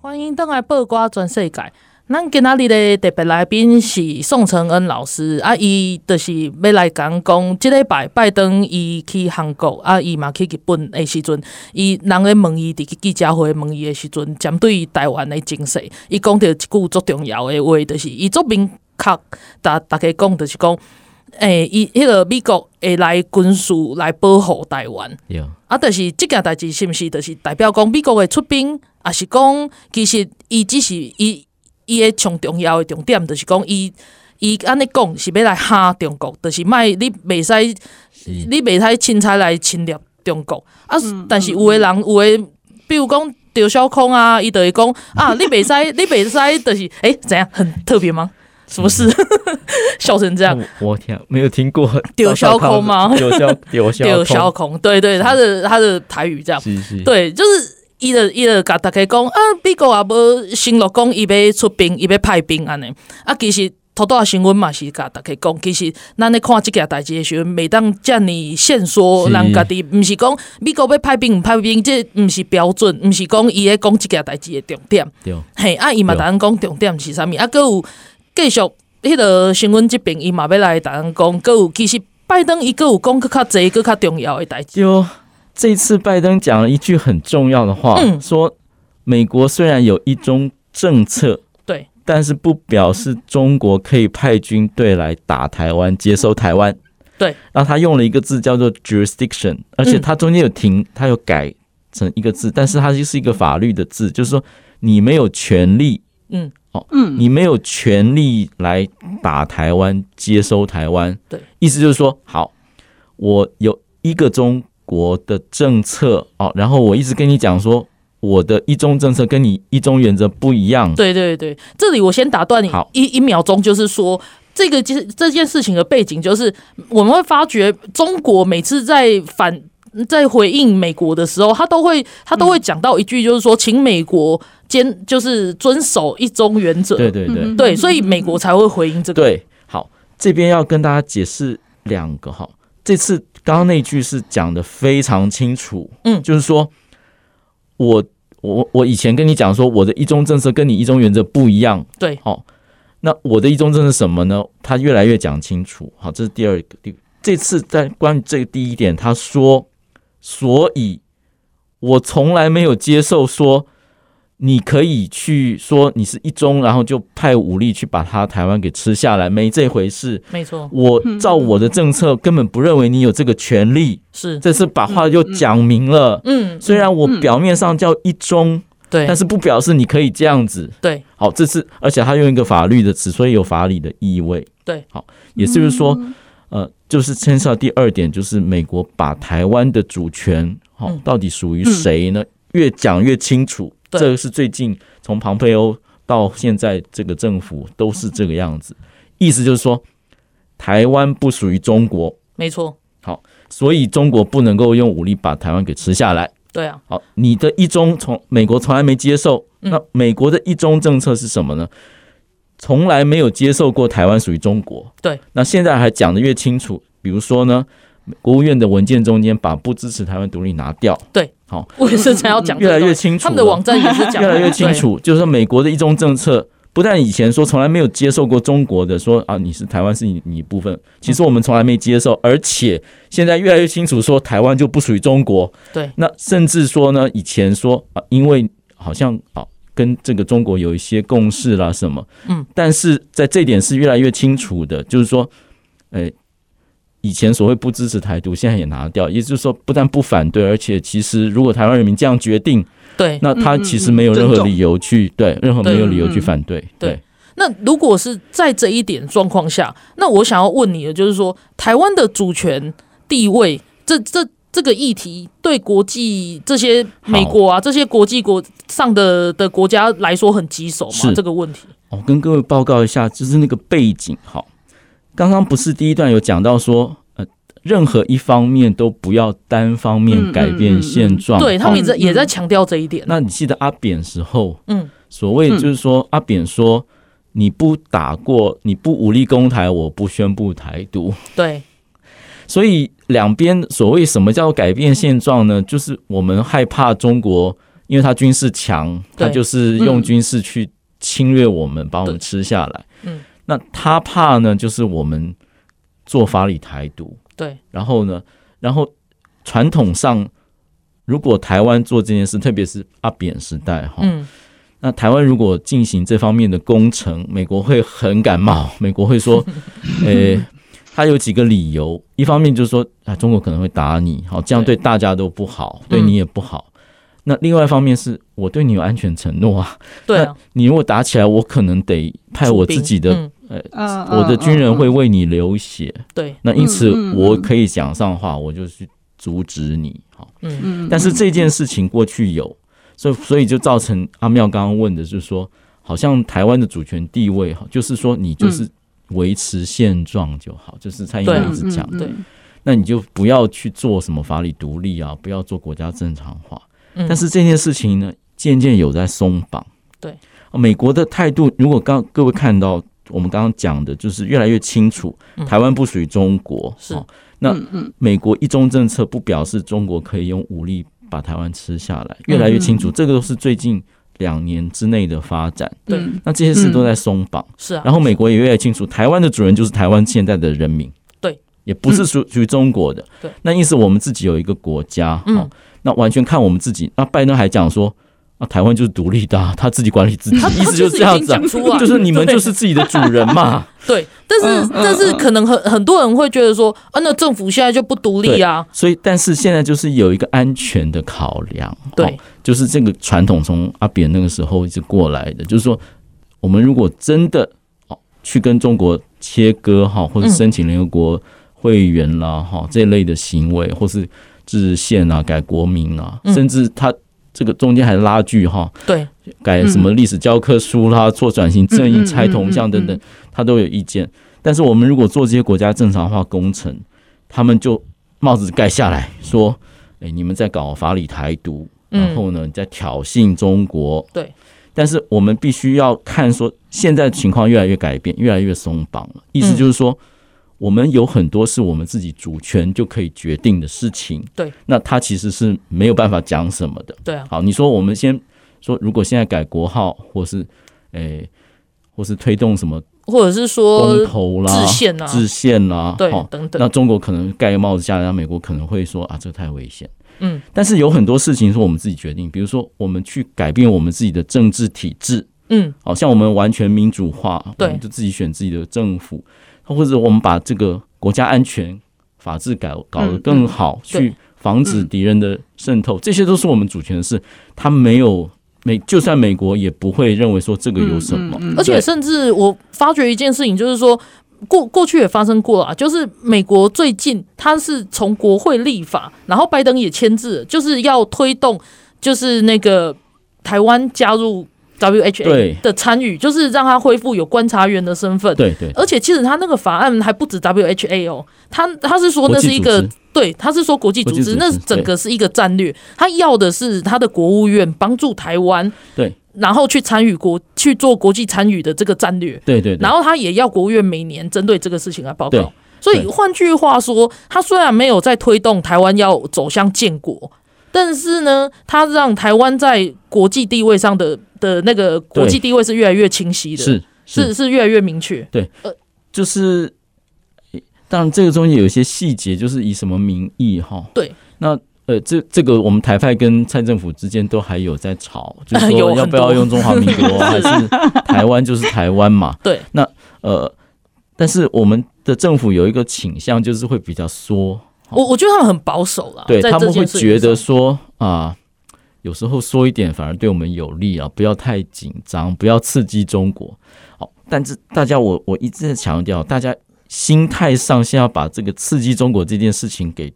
[SPEAKER 7] 欢迎登来报瓜转世界。咱今仔日的特别来宾是宋承恩老师，啊，伊就是要来讲讲，即礼拜拜登伊去韩国，啊，伊嘛去日本的时阵，伊人咧问伊伫记者会问伊的时阵，针对台湾的情势，伊讲着一句足重要的话，就是伊足明确，逐逐家讲就是讲，诶，伊迄个美国会来军事来保护台湾。
[SPEAKER 9] 对，
[SPEAKER 7] 啊，但是即件代志是毋是，就是代表讲美国的出兵，也是讲其实伊只是伊伊的上重要的重点，就是讲伊伊安尼讲是要来吓中国，就是莫你袂使
[SPEAKER 9] 是
[SPEAKER 7] 你袂使凊彩来侵略中国啊。但是有诶人有诶，比如讲赵小康啊，伊就会讲啊，你袂使你袂使，就是诶、怎样很特别吗？什么事？ <laughs> 笑成这样，
[SPEAKER 9] 我我天，没有听过
[SPEAKER 7] <laughs> 丢小口吗
[SPEAKER 9] 丢小
[SPEAKER 7] <laughs>
[SPEAKER 9] 丢小
[SPEAKER 7] 赵小
[SPEAKER 9] 口，
[SPEAKER 7] 康，对对，他的他的台语这样。
[SPEAKER 9] 是是，
[SPEAKER 7] 对，就是伊就伊就甲大家讲啊，美国也无承诺讲伊要出兵，伊要派兵安尼。啊，其实头拄仔新闻嘛是甲大家讲，其实咱咧看即件代志的时阵，袂当遮尔限缩
[SPEAKER 9] 是
[SPEAKER 7] 咱家己，毋是讲美国要派兵毋派兵，这毋是标准，毋是讲伊咧讲即件代志的重点。
[SPEAKER 9] 对，
[SPEAKER 7] 嘿，啊，伊嘛
[SPEAKER 9] 对
[SPEAKER 7] 逐咱讲重点是啥物，啊，佮有继续迄个新闻即边，伊嘛要来逐咱讲，佮有其实拜登伊佮有讲佮较济、佮较重要的代志。
[SPEAKER 9] 就这次拜登讲了一句很重要的话，
[SPEAKER 7] 嗯
[SPEAKER 9] 说美国虽然有一中政策，
[SPEAKER 7] 对，
[SPEAKER 9] 但是不表示中国可以派军队来打台湾、接收台湾。
[SPEAKER 7] 对，嗯
[SPEAKER 9] 然后他用了一个字叫做 jurisdiction，而且他中间有停，他有改成一个字，但是它就是一个法律的字，就是说你没有权利，
[SPEAKER 7] 嗯，
[SPEAKER 9] 哦，嗯，你没有权利来打台湾、接收台湾。
[SPEAKER 7] 对，
[SPEAKER 9] 意思就是说，好，我有一个中国的政策哦，然后我一直跟你讲说，我的一中政策跟你一中原则不一样。
[SPEAKER 7] 对对对，这里我先打断你
[SPEAKER 9] 好
[SPEAKER 7] 一一秒钟，就是说。这个其实这件事情的背景就是，我们会发觉中国每次在反在回应美国的时候，他都会他都会讲到一句，就是说，请美国坚就是遵守一中原则。
[SPEAKER 9] 对对对
[SPEAKER 8] 嗯
[SPEAKER 7] 对所以美国才会回应这个。
[SPEAKER 9] 对，好，这边要跟大家解释两个哈。这次刚刚那句是讲的非常清楚，
[SPEAKER 7] 嗯
[SPEAKER 9] 就是说我我我以前跟你讲说我的一中政策跟你一中原则不一样，
[SPEAKER 7] 对
[SPEAKER 9] 好，那我的一中政策是什么呢？他越来越讲清楚，好，这是第二个。第这次在关于这个第一点，他说，所以我从来没有接受说你可以去说你是一中，然后就派武力去把他台湾给吃下来，没这回事。
[SPEAKER 7] 没错，
[SPEAKER 9] 我照我的政策，根本不认为你有这个权利。
[SPEAKER 7] 是
[SPEAKER 9] 这次把话又讲明了，
[SPEAKER 7] 嗯，
[SPEAKER 9] 虽然我表面上叫一中，
[SPEAKER 7] 对，
[SPEAKER 9] 但
[SPEAKER 7] 是
[SPEAKER 9] 是不表示你可以这样子。
[SPEAKER 7] 对
[SPEAKER 9] 好，这次而且他用一个法律的词，所以有法理的意味。
[SPEAKER 7] 对，
[SPEAKER 9] 好，也就是说，呃，就是牵涉到第二点，就是美国把台湾的主权，好、
[SPEAKER 7] 嗯
[SPEAKER 9] 到底属于谁呢？越讲越清楚，
[SPEAKER 7] 对
[SPEAKER 9] 这个是最近从庞佩欧到现在这个政府都是这个样子，意思就是说，台湾不属于中国，
[SPEAKER 7] 没错，
[SPEAKER 9] 所以中国不能够用武力把台湾给吃下来。
[SPEAKER 7] 对啊， <laughs>
[SPEAKER 9] 好，你的一中从美国从来没接受，
[SPEAKER 7] 嗯
[SPEAKER 9] 那美国的一中政策是什么呢？从来没有接受过台湾属于中国。
[SPEAKER 7] 对，
[SPEAKER 9] 那现在还讲得越清楚，比如说呢，国务院的文件中间把不支持台湾独立拿掉，
[SPEAKER 7] 我也是才要讲这
[SPEAKER 9] 越
[SPEAKER 7] 个东西，
[SPEAKER 9] 来越清楚
[SPEAKER 7] 他们的
[SPEAKER 9] 了
[SPEAKER 7] 网站也是讲
[SPEAKER 9] <laughs> 越来越清楚，就是说美国的一中政策。不但以前说从来没有接受过中国的说啊，你是台湾是你你一部分，其实我们从来没接受，而且现在越来越清楚说台湾就不属于中国，
[SPEAKER 7] 对，
[SPEAKER 9] 那甚至说呢，以前说啊，因为好像啊跟这个中国有一些共识啦什么，
[SPEAKER 7] 嗯，
[SPEAKER 9] 但是在这点是越来越清楚的，就是说，呃，以前所谓不支持台独，现在也拿掉，也就是说，不但不反对，而且其实如果台湾人民这样决定，
[SPEAKER 7] 对，
[SPEAKER 9] 那他
[SPEAKER 8] 嗯嗯
[SPEAKER 9] 其实没有任何理由去对任何没有理由
[SPEAKER 8] 对
[SPEAKER 9] 去反对，
[SPEAKER 7] 对，那如果是在这一点状况下，那我想要问你的就是说，台湾的主权地位，这这这个议题对国际这些美国啊这些国际国上的的国家来说很棘手吗？
[SPEAKER 9] 是
[SPEAKER 7] 这个问题，
[SPEAKER 9] 我跟各位报告一下，就是那个背景。好，刚刚不是第一段有讲到说，呃，任何一方面都不要单方面改变现状。
[SPEAKER 7] 对他们也
[SPEAKER 9] 啊好嗯
[SPEAKER 7] 在也在强调这一点。
[SPEAKER 9] 那你记得阿扁时候，
[SPEAKER 7] 嗯，
[SPEAKER 9] 所谓就是说，阿扁说你不打过，你不武力攻台，我不宣布台独。
[SPEAKER 7] 对
[SPEAKER 9] 所以两边所谓什么叫改变现状呢？就是我们害怕中国，因为它军事强，
[SPEAKER 7] 对
[SPEAKER 9] 它就是用军事去侵略我们，把我们吃下来。
[SPEAKER 7] 嗯，
[SPEAKER 9] 那他怕呢，就是我们做法理台独，
[SPEAKER 7] 对
[SPEAKER 9] 然后呢，然后传统上，如果台湾做这件事，特别是阿扁时代哈，
[SPEAKER 7] 嗯，
[SPEAKER 9] 那台湾如果
[SPEAKER 7] <laughs>
[SPEAKER 9] <laughs> 进行这方面的工程，美国会很感冒，美国会说，呃、他有几个理由，一方面就是说啊，中国可能会打你，好，这样对大家都不好，对
[SPEAKER 7] 嗯
[SPEAKER 9] 你也不好。那另外一方面是我对你有安全承诺啊， <laughs>
[SPEAKER 7] 对啊，
[SPEAKER 9] 你如果打起来，我可能得派我自己的、
[SPEAKER 7] 嗯
[SPEAKER 8] 嗯
[SPEAKER 9] 我的军人会为你流血，
[SPEAKER 7] 对，
[SPEAKER 9] 那因此
[SPEAKER 8] 嗯嗯
[SPEAKER 9] 我可以讲上话，我就去阻止你，好。
[SPEAKER 7] 嗯
[SPEAKER 8] 嗯，嗯
[SPEAKER 9] 但是这件事情过去有，所以所以就造成阿妙刚刚问的，就是说，好像台湾的主权地位，哈，就是说你就是维持现状就好，就是蔡英
[SPEAKER 7] 嗯对
[SPEAKER 9] 文一直讲，
[SPEAKER 8] 嗯嗯嗯
[SPEAKER 7] 对
[SPEAKER 9] 那你就不要去做什么法理独立啊，不要做国家正常化。
[SPEAKER 7] 嗯
[SPEAKER 9] 但是这件事情呢，渐渐有在松绑。
[SPEAKER 7] 对
[SPEAKER 9] 啊，美国的态度，如果刚各位看到我们刚刚讲的，就是越来越清楚
[SPEAKER 7] 嗯，
[SPEAKER 9] 台湾不属于中国，
[SPEAKER 7] 是
[SPEAKER 9] 哦那
[SPEAKER 7] 嗯
[SPEAKER 9] 美国一中政策不表示中国可以用武力把台湾吃下
[SPEAKER 7] 嗯
[SPEAKER 9] 来，越来越清楚，这个都是最近两年之内的发展。
[SPEAKER 7] 对
[SPEAKER 8] 嗯
[SPEAKER 9] 那这些事都在松绑，
[SPEAKER 7] 是啊，
[SPEAKER 9] 然后美国也越来越清楚，台湾的主人就是台湾现在的人民，
[SPEAKER 7] 对，嗯
[SPEAKER 9] 也不是属属于中国的。
[SPEAKER 7] 对，
[SPEAKER 9] 那意思我们自己有一个国家，
[SPEAKER 7] 嗯
[SPEAKER 9] 哦，那完全看我们自己。那拜登还讲说。啊，台湾就是独立的、啊，他 <laughs> 自己管理自己，
[SPEAKER 7] 他
[SPEAKER 9] 意
[SPEAKER 7] 他
[SPEAKER 9] 思就是是
[SPEAKER 7] 已
[SPEAKER 9] 这样
[SPEAKER 7] 经
[SPEAKER 9] 子、啊
[SPEAKER 7] 讲，出来了，
[SPEAKER 9] 就是你们
[SPEAKER 7] 对
[SPEAKER 9] 就是自己的主人嘛。
[SPEAKER 7] 对，但是
[SPEAKER 8] 嗯嗯
[SPEAKER 7] 但是
[SPEAKER 8] 嗯
[SPEAKER 7] 可能很很多人会觉得说，啊，那政府现在就不独立啊，
[SPEAKER 9] 所以，但是现在就是有一个安全的考量，
[SPEAKER 7] 对
[SPEAKER 9] 哦就是这个传统从阿扁那个时候一直过来的，就是说，我们如果真的哦去跟中国切割哈，或者
[SPEAKER 7] 嗯
[SPEAKER 9] 申请联合国会员啦哈、这类的行为，或是制宪啊、改国名啊，
[SPEAKER 7] 嗯
[SPEAKER 9] 甚至他这个中间还拉锯哈、
[SPEAKER 7] 对
[SPEAKER 9] 改什么历史教科书啦、做转型正
[SPEAKER 8] 嗯
[SPEAKER 9] 义、
[SPEAKER 8] 嗯
[SPEAKER 9] 拆铜像等
[SPEAKER 8] 嗯
[SPEAKER 9] 等
[SPEAKER 8] 嗯，
[SPEAKER 9] 他呃都有意见。但是我呃们如果做这些国家正常化工程，他们就帽子盖下来说：“哎、你们在搞法理台独，
[SPEAKER 7] 嗯
[SPEAKER 9] 然后呢，你在挑衅中国。”
[SPEAKER 7] 对。
[SPEAKER 9] 但是我们必须要看说，现在情况越来越改变，越来越松绑了。意
[SPEAKER 8] 嗯
[SPEAKER 9] 思就是说，我们有很多是我们自己主权就可以决定的事情。
[SPEAKER 7] 对。
[SPEAKER 9] 那他其实是没有办法讲什么的。
[SPEAKER 7] 对啊，
[SPEAKER 9] 好，你说我们先说，如果现在改国号，或是诶、或是推动什么
[SPEAKER 7] 或者是说
[SPEAKER 9] 公投啦、
[SPEAKER 7] 制宪啊
[SPEAKER 9] 制宪啦，
[SPEAKER 7] 对
[SPEAKER 9] 齁
[SPEAKER 7] 等等
[SPEAKER 9] 那中国可能盖帽子下来，那美国可能会说啊，这个太危险。
[SPEAKER 7] 嗯，
[SPEAKER 9] 但是有很多事情是我们自己决定，比如说我们去改变我们自己的政治体制，
[SPEAKER 7] 嗯
[SPEAKER 9] 好像我们完全民主化，
[SPEAKER 7] 对
[SPEAKER 9] 我们就自己选自己的政府，或者我们把这个国家安全法治搞搞得更好，
[SPEAKER 7] 对
[SPEAKER 9] 去防止敌人的渗透，这些都是我们主权的事。他没有美，就算美国也不会认为说这个有什么，
[SPEAKER 7] 而且
[SPEAKER 9] 对
[SPEAKER 7] 甚至我发觉一件事情，就是说过过去也发生过啊，就是美国最近它是从国会立法，然后拜登也签字了，就是要推动就是那个台湾加入 WHA
[SPEAKER 9] 对
[SPEAKER 7] 的参与，就是让他恢复有观察员的身份。
[SPEAKER 9] 对对，
[SPEAKER 7] 而且其实他那个法案还不止 WHA 哦，他他是说那是一
[SPEAKER 9] 国
[SPEAKER 7] 个
[SPEAKER 9] 际组织。
[SPEAKER 7] 对，他是说国际组
[SPEAKER 9] 国际
[SPEAKER 7] 织，
[SPEAKER 9] 组织
[SPEAKER 7] 那整个是一个战略，他要的是他的国务院帮助台湾，
[SPEAKER 9] 对，
[SPEAKER 7] 然后去参与国去做国际参与的这个战略，
[SPEAKER 9] 对对对，
[SPEAKER 7] 然后他也要国务院每年针对这个事情来报
[SPEAKER 9] 对
[SPEAKER 7] 告。所以
[SPEAKER 9] 对
[SPEAKER 7] 换句话说，他虽然没有在推动台湾要走向建国，但是呢，他让台湾在国际地位上的的那个国际
[SPEAKER 9] 对
[SPEAKER 7] 地位是越来越清晰的，
[SPEAKER 9] 是
[SPEAKER 7] 是是越来越明确。
[SPEAKER 9] 就是，当然这个中间有一些细节，就是以什么名义哈？
[SPEAKER 7] 对，
[SPEAKER 9] 那呃，这这个我们台派跟蔡政府之间都还有在吵，就是
[SPEAKER 7] <laughs> 有
[SPEAKER 9] 说
[SPEAKER 7] 很
[SPEAKER 9] 要不要
[SPEAKER 7] 多
[SPEAKER 9] 用中华民国，还是台湾就是台湾嘛？
[SPEAKER 7] <laughs> 对，
[SPEAKER 9] 那呃，但是我们的政府有一个倾向，就是会比较缩，
[SPEAKER 7] 我我觉得他们很保守啦，
[SPEAKER 9] 哦对
[SPEAKER 7] 啊在
[SPEAKER 9] 他
[SPEAKER 7] 这
[SPEAKER 9] 们会
[SPEAKER 7] 件事情
[SPEAKER 9] 觉得
[SPEAKER 7] 上
[SPEAKER 9] 说啊。有时候缩一点反而对我们有利啊，不要太紧张，不要刺激中国。好，但是大家我我一直在强调，大家心态上先要把这个刺激中国这件事情给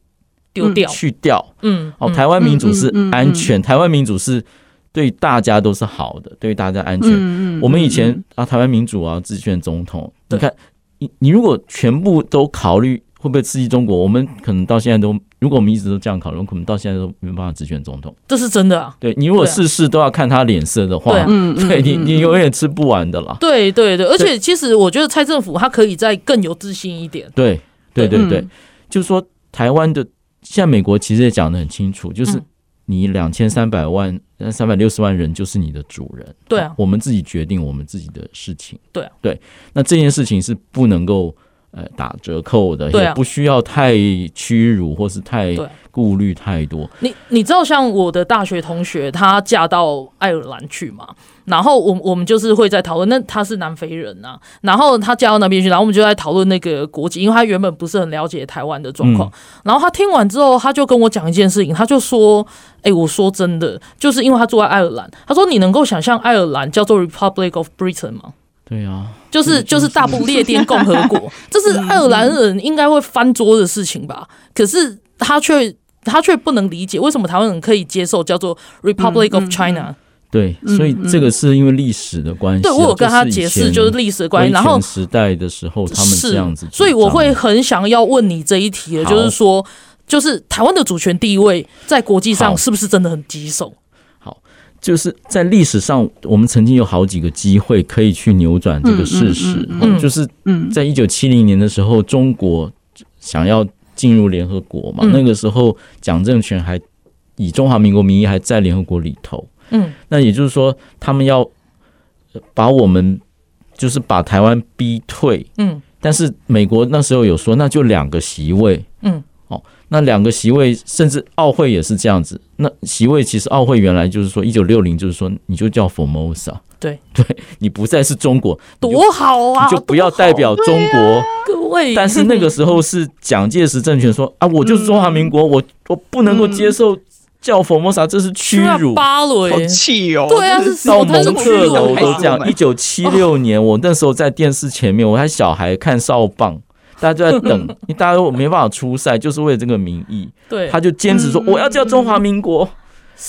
[SPEAKER 7] 丢掉，
[SPEAKER 9] 去掉。
[SPEAKER 7] 嗯，
[SPEAKER 9] 哦，
[SPEAKER 7] 嗯
[SPEAKER 9] 台湾民主是
[SPEAKER 8] 嗯嗯嗯
[SPEAKER 9] 安全，台湾民主是对大家都是好的，对大家安全。
[SPEAKER 8] 嗯
[SPEAKER 9] 我们以前啊，台湾民主啊，自选总统，你
[SPEAKER 7] 对
[SPEAKER 9] 看，你你如果全部都考虑会不会刺激中国，我们可能到现在都，如果我们一直都这样考虑，我们可能到现在都没办法自选总统。
[SPEAKER 7] 这是真的啊，
[SPEAKER 9] 对你如果
[SPEAKER 7] 对啊
[SPEAKER 9] 事事都要看他脸色的话，
[SPEAKER 7] 对啊
[SPEAKER 8] 嗯
[SPEAKER 9] 对你你永远吃不完的啦。
[SPEAKER 7] 对对对，而且其实我觉得蔡政府他可以再更有自信一点，
[SPEAKER 9] 对对
[SPEAKER 7] 对
[SPEAKER 9] 对对，
[SPEAKER 8] 嗯
[SPEAKER 9] 就是说台湾的，现在美国其实也讲得很清楚，就是
[SPEAKER 7] 嗯
[SPEAKER 9] 你两千三百万、呃三百六十万人就是你的主人，哦
[SPEAKER 7] 对啊
[SPEAKER 9] 我们自己决定我们自己的事情，
[SPEAKER 7] 对啊
[SPEAKER 9] 对，那这件事情是不能够呃打折扣的，
[SPEAKER 7] 对啊
[SPEAKER 9] 也不需要太屈辱或是太
[SPEAKER 7] 对
[SPEAKER 9] 顾虑太多。
[SPEAKER 7] 你你知道像我的大学同学，她嫁到爱尔兰去嘛？然后我我们就是会在讨论，那她是南非人啊，然后她嫁到那边去，然后我们就在讨论那个国籍，因为她原本不是很了解台湾的状况。然后她听完之后，她就跟我讲一件事情，她就说：“哎、我说真的，就是因为她住在爱尔兰，她说你能够想象爱尔兰叫做 Republic of Britain 吗？”
[SPEAKER 9] 对啊，
[SPEAKER 7] 就是就是大不列颠共和
[SPEAKER 9] 嗯
[SPEAKER 7] 国， <laughs> 这是爱尔兰人应该会翻桌的事情吧？可是他却他却不能理解为什么台湾人可以接受叫做
[SPEAKER 9] 嗯
[SPEAKER 7] Republic of China。
[SPEAKER 9] 啊对，所以这个是因为历史的关系
[SPEAKER 7] 嗯
[SPEAKER 9] 啊。
[SPEAKER 7] 对我有跟他
[SPEAKER 9] 这
[SPEAKER 7] 解
[SPEAKER 9] 以
[SPEAKER 7] 释，
[SPEAKER 9] 前
[SPEAKER 7] 就是历史的关系，
[SPEAKER 9] 威
[SPEAKER 7] 然后
[SPEAKER 9] 权时代的时候他们
[SPEAKER 7] 是
[SPEAKER 9] 这样子主张，
[SPEAKER 7] 所以我会很想要问你这一题的，
[SPEAKER 9] 好
[SPEAKER 7] 就是说，就是台湾的主权地位在国际上
[SPEAKER 9] 好
[SPEAKER 7] 是不是真的很棘手？
[SPEAKER 9] 就是在历史上，我们曾经有好几个机会可以去扭转这个事实。哦
[SPEAKER 8] 嗯
[SPEAKER 7] 嗯嗯
[SPEAKER 9] 就是
[SPEAKER 8] 嗯
[SPEAKER 9] 在一九七零年的时候，中国想要进入联合国嘛，
[SPEAKER 7] 嗯
[SPEAKER 9] 那个时候蒋政权还以中华民国名义还在联合国里头。
[SPEAKER 7] 嗯，
[SPEAKER 9] 那也就是说，他们要呃把我们就是把台湾逼退。
[SPEAKER 7] 嗯，
[SPEAKER 9] 但是美国那时候有说，那就两个席位。
[SPEAKER 7] 嗯，
[SPEAKER 9] 哦，那两个席位，甚至奥会也是这样子。那席位其实奥会原来就是说，一九六零就是说，你就叫 Formosa。
[SPEAKER 7] 对
[SPEAKER 9] <laughs> 对，你不再是中国，你就
[SPEAKER 7] 多好啊！
[SPEAKER 9] 你就不要代表中国。
[SPEAKER 7] 多好啊各位，
[SPEAKER 9] 但是那个时候是蒋介石政权说啊，我
[SPEAKER 7] 嗯
[SPEAKER 9] 就是中华民国，我我不能够接受叫佛摩萨，这是屈辱。
[SPEAKER 7] 巴雷，
[SPEAKER 8] 气哦
[SPEAKER 7] 对啊，是什
[SPEAKER 9] 到
[SPEAKER 7] 么？
[SPEAKER 9] 蒙
[SPEAKER 7] 他是屈
[SPEAKER 9] 特
[SPEAKER 7] 辱欸
[SPEAKER 9] 楼都
[SPEAKER 7] 吧
[SPEAKER 9] 这样。一九七六年，我那时候在电视前面，我还小孩看少棒，大家就在等，因为大家都没办法出赛，就是为了这个名义，
[SPEAKER 7] 对，
[SPEAKER 9] 他就坚持说我要叫中华民国。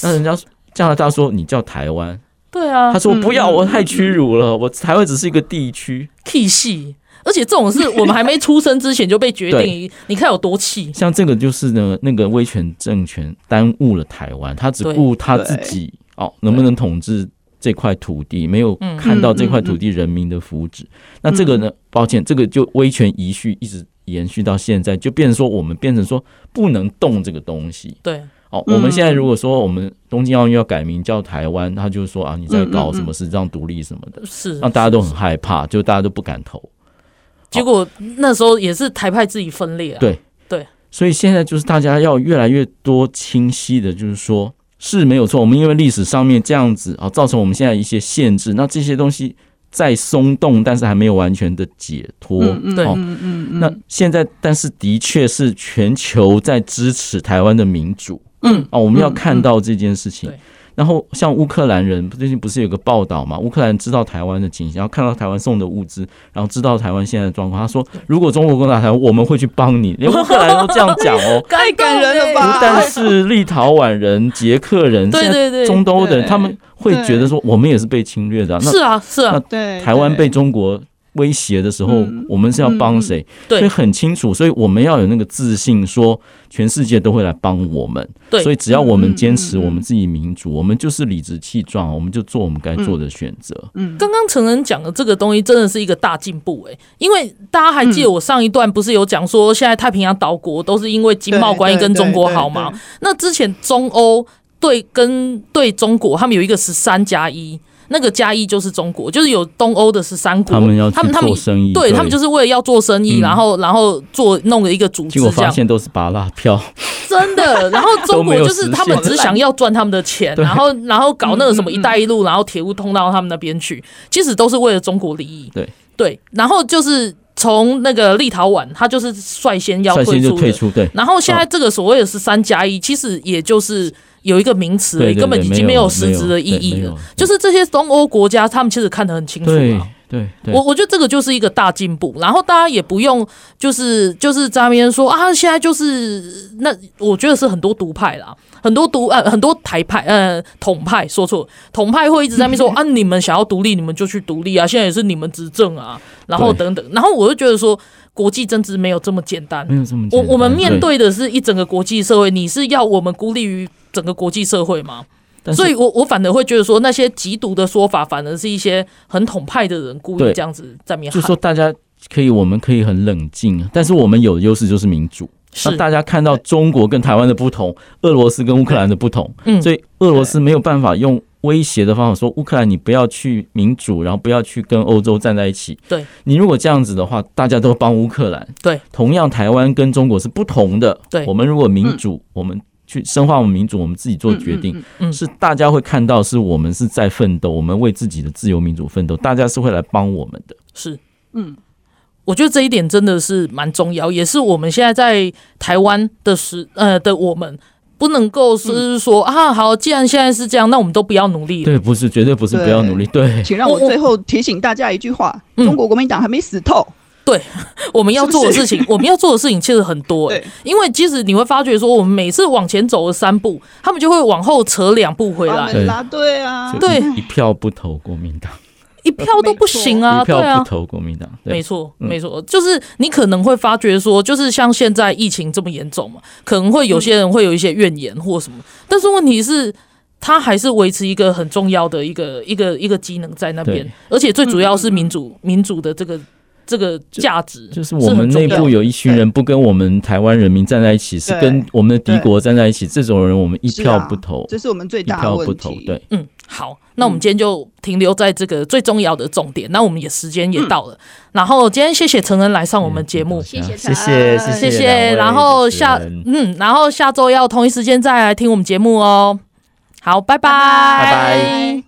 [SPEAKER 9] 那人家加拿大说你叫台湾，
[SPEAKER 7] 对啊，
[SPEAKER 9] 他说不要，我太屈辱了，我台湾只是一个地区。
[SPEAKER 7] 气系，而且这种事我们还没出生之前就被决定
[SPEAKER 9] 对，
[SPEAKER 7] 你看有多气。
[SPEAKER 9] 像这个就是呢，那个威权政权耽误了台湾，他只顾他自己哦，能不能统治这块土地，没有看到这块土地人民的福祉。那这个呢，抱歉，这个就威权遗绪一直延续到现在，就变成说我们变成说不能动这个东西。
[SPEAKER 7] 对，
[SPEAKER 9] 哦，
[SPEAKER 8] 嗯
[SPEAKER 9] 我们现在如果说我们东京奥运要改名叫台湾，他就说啊你在搞什么事，让独立什么的，
[SPEAKER 7] 是
[SPEAKER 9] 让。大家都很害怕，就大家都不敢投。
[SPEAKER 7] 结果那时候也是台派自己分裂啊。
[SPEAKER 9] 对所以现在就是大家要越来越多清晰的，就是说是没有错，我们因为历史上面这样子啊，造成我们现在一些限制，那这些东西在松动，但是还没有完全的解脱。
[SPEAKER 7] 对
[SPEAKER 9] 哦
[SPEAKER 8] 嗯嗯嗯
[SPEAKER 9] 那现在，但是的确是全球在支持台湾的民主，
[SPEAKER 7] 嗯
[SPEAKER 9] 啊，我们要看到这件事情。
[SPEAKER 7] 嗯嗯对
[SPEAKER 9] 然后像乌克兰人最近不是有个报道嘛？乌克兰知道台湾的情形，然后看到台湾送的物资，然后知道台湾现在的状况。他说，如果中国攻打台湾，我们会去帮你。连乌克兰都这样讲哦，
[SPEAKER 7] 太
[SPEAKER 8] 感人了吧
[SPEAKER 9] 不 <laughs> 但是立陶宛人、捷克人，
[SPEAKER 7] 啊 <laughs> 对
[SPEAKER 9] 现在
[SPEAKER 7] 对对
[SPEAKER 9] 中东欧的人，
[SPEAKER 8] 对
[SPEAKER 9] 他们会觉得说，我们也是被侵略的啊。
[SPEAKER 7] 是啊，是啊
[SPEAKER 9] 那，
[SPEAKER 8] 对
[SPEAKER 9] 那，台湾
[SPEAKER 8] 对
[SPEAKER 9] 被中国威胁的时候
[SPEAKER 8] 嗯，
[SPEAKER 9] 我们是要帮谁？
[SPEAKER 7] 对
[SPEAKER 9] 所以很清楚，所以我们要有那个自信，说全世界都会来帮我们。
[SPEAKER 7] 对
[SPEAKER 9] 所以只要
[SPEAKER 8] 嗯
[SPEAKER 9] 我
[SPEAKER 8] 嗯
[SPEAKER 9] 们
[SPEAKER 8] 嗯
[SPEAKER 9] 坚持
[SPEAKER 8] 嗯
[SPEAKER 9] 我们自己民主，我们就是理直气壮，我们就做我们该做的选择。
[SPEAKER 8] 嗯
[SPEAKER 7] 刚刚成人讲的这个东西真的是一个大进步诶、因为大家还记得我上一段不是有讲说，现在太平洋岛国都是因为经贸关系跟中国好嘛
[SPEAKER 8] 对对对？
[SPEAKER 7] 那之前中欧对跟对中国，他们有一个十三加一。那个加一就是中国，就是有东欧的十三国，
[SPEAKER 9] 他们要
[SPEAKER 7] 他
[SPEAKER 9] 去
[SPEAKER 7] 们他们
[SPEAKER 9] 做生意，
[SPEAKER 7] 对他们就是为了要做生意，
[SPEAKER 9] 嗯
[SPEAKER 7] 然后然后做弄了一个组织
[SPEAKER 9] 结果
[SPEAKER 7] 这
[SPEAKER 9] 发
[SPEAKER 7] 样，
[SPEAKER 9] 现都是拔辣票，
[SPEAKER 7] 真
[SPEAKER 9] <laughs>
[SPEAKER 7] 的。然后中国就是
[SPEAKER 9] 都没有实现
[SPEAKER 7] 他们只想要赚他们的钱，
[SPEAKER 9] 对嗯
[SPEAKER 7] 然后然后搞那个什么“一带一路”，然后铁路通到他们那边去，其实都是为了中国利益。
[SPEAKER 9] 对
[SPEAKER 7] 对，然后就是从那个立陶宛，他就是率先要
[SPEAKER 9] 率
[SPEAKER 7] 退
[SPEAKER 9] 先就
[SPEAKER 7] 出
[SPEAKER 9] 退
[SPEAKER 7] 的，
[SPEAKER 9] 出，对。
[SPEAKER 7] 然后现在这个所谓的十三加一，其实也就是有一个名词而已，
[SPEAKER 9] 对对对
[SPEAKER 7] 根本已经
[SPEAKER 9] 没有
[SPEAKER 7] 有实质的意
[SPEAKER 9] 没
[SPEAKER 7] 义
[SPEAKER 9] 有对
[SPEAKER 7] 了
[SPEAKER 9] 没有。
[SPEAKER 7] 就是这些东欧国家，他们其实看得很清楚
[SPEAKER 9] 对
[SPEAKER 7] 啊。
[SPEAKER 9] 对对，
[SPEAKER 7] 我我觉得这个就是一个大进步，然后大家也不用就是就是在那边说啊，现在就是那我觉得是很多独派啦，很多独呃很多台派呃统派说错，统派会一直在那
[SPEAKER 9] <laughs>
[SPEAKER 7] 边说啊，你们想要独立你们就去独立啊，现在也是你们执政啊，然后
[SPEAKER 9] 对
[SPEAKER 7] 等等，然后我就觉得说国际政治没有这么简单，
[SPEAKER 9] 没有这么
[SPEAKER 7] 我
[SPEAKER 9] 简单
[SPEAKER 7] 我们面，对的是一整个国际社会，你是要我们孤立于整个国际社会吗？
[SPEAKER 9] 但是
[SPEAKER 7] 所以我我反而会觉得说，那些极度的说法，反而是一些很统派的人故意
[SPEAKER 9] 对
[SPEAKER 7] 这样子在面
[SPEAKER 9] 就
[SPEAKER 7] 喊。
[SPEAKER 9] 说大家可以，我们可以很冷静，但是我们有的优势就是民主。那
[SPEAKER 7] 是
[SPEAKER 9] 大家看到中国跟台湾的不同，俄罗斯跟乌克兰的不同，
[SPEAKER 7] 嗯
[SPEAKER 9] 所以俄罗斯没有办法用威胁的方法，说乌克兰你不要去民主，然后不要去跟欧洲站在一起。
[SPEAKER 7] 对，
[SPEAKER 9] 你如果这样子的话，大家都帮乌克兰。
[SPEAKER 7] 对，
[SPEAKER 9] 同样台湾跟中国是不同的。
[SPEAKER 7] 对嗯
[SPEAKER 9] 我们如果民主，我们去深化我们民主，我们自己做决定，
[SPEAKER 7] 嗯嗯嗯
[SPEAKER 9] 是大家会看到是我们是在奋斗，我们为自己的自由民主奋斗，大家是会来帮我们的。
[SPEAKER 7] 是，
[SPEAKER 8] 嗯，
[SPEAKER 7] 我觉得这一点真的是蛮重要，也是我们现在在台湾的时呃的我们。不能够是说、啊，好，既然现在是这样，那我们都不要努力了。
[SPEAKER 9] 嗯对，不是，绝对不是不要努力。对，
[SPEAKER 8] 请让我最后提醒大家一句话：
[SPEAKER 7] 嗯
[SPEAKER 8] 中国国民党还没死透。
[SPEAKER 7] 我们要做的事情，
[SPEAKER 8] 是不
[SPEAKER 9] <laughs>
[SPEAKER 8] 是
[SPEAKER 7] 我们要做的事情其实很多、欸
[SPEAKER 8] 对，
[SPEAKER 7] 因为其实你会发觉说，我们每次往前走了三步，他们就会往后扯两步回
[SPEAKER 8] 把我
[SPEAKER 7] 来，
[SPEAKER 8] 们拉队啊，
[SPEAKER 9] 就
[SPEAKER 7] 对
[SPEAKER 9] 一一票不投国民党，
[SPEAKER 7] 一票都不行啊，
[SPEAKER 9] 一
[SPEAKER 7] 对
[SPEAKER 9] 票
[SPEAKER 7] 啊
[SPEAKER 9] 不，投国民党。对
[SPEAKER 7] 没错，
[SPEAKER 9] 嗯
[SPEAKER 7] 没错，就是你可能会发觉说，就是像现在疫情这么严重嘛，可能会有些人会有一些怨言或什么，但是问题是。它还是维持一个很重要的一个一个一个机能在那边
[SPEAKER 9] 对，嗯
[SPEAKER 7] 而且最主要是民主、民主的这个这个价值
[SPEAKER 9] 就是
[SPEAKER 7] 很
[SPEAKER 9] 我们
[SPEAKER 7] 重
[SPEAKER 9] 内
[SPEAKER 7] 要
[SPEAKER 9] 部有一群人不跟我们台湾人民站在一起，是
[SPEAKER 8] 对
[SPEAKER 9] 跟我们的敌国站在一起，这种人我们一
[SPEAKER 8] 是
[SPEAKER 9] 票
[SPEAKER 8] 啊
[SPEAKER 9] 不投，
[SPEAKER 8] 这是我们最
[SPEAKER 9] 一
[SPEAKER 8] 大的
[SPEAKER 9] 票不
[SPEAKER 8] 问
[SPEAKER 9] 投。
[SPEAKER 8] 题。
[SPEAKER 9] 对，
[SPEAKER 7] 嗯，好，那我们今天就停留在这个最重要的重点。那我们也时间也
[SPEAKER 9] 嗯
[SPEAKER 7] 到了，然后今天谢谢陈恩来上我们节目，
[SPEAKER 9] 谢
[SPEAKER 10] 谢谢谢两
[SPEAKER 7] 谢
[SPEAKER 10] 位
[SPEAKER 7] 然后
[SPEAKER 10] 主持
[SPEAKER 7] 下
[SPEAKER 10] 人
[SPEAKER 7] 嗯，然后下周要同一时间再来听我们节目哦。好，拜拜
[SPEAKER 10] 拜
[SPEAKER 7] 拜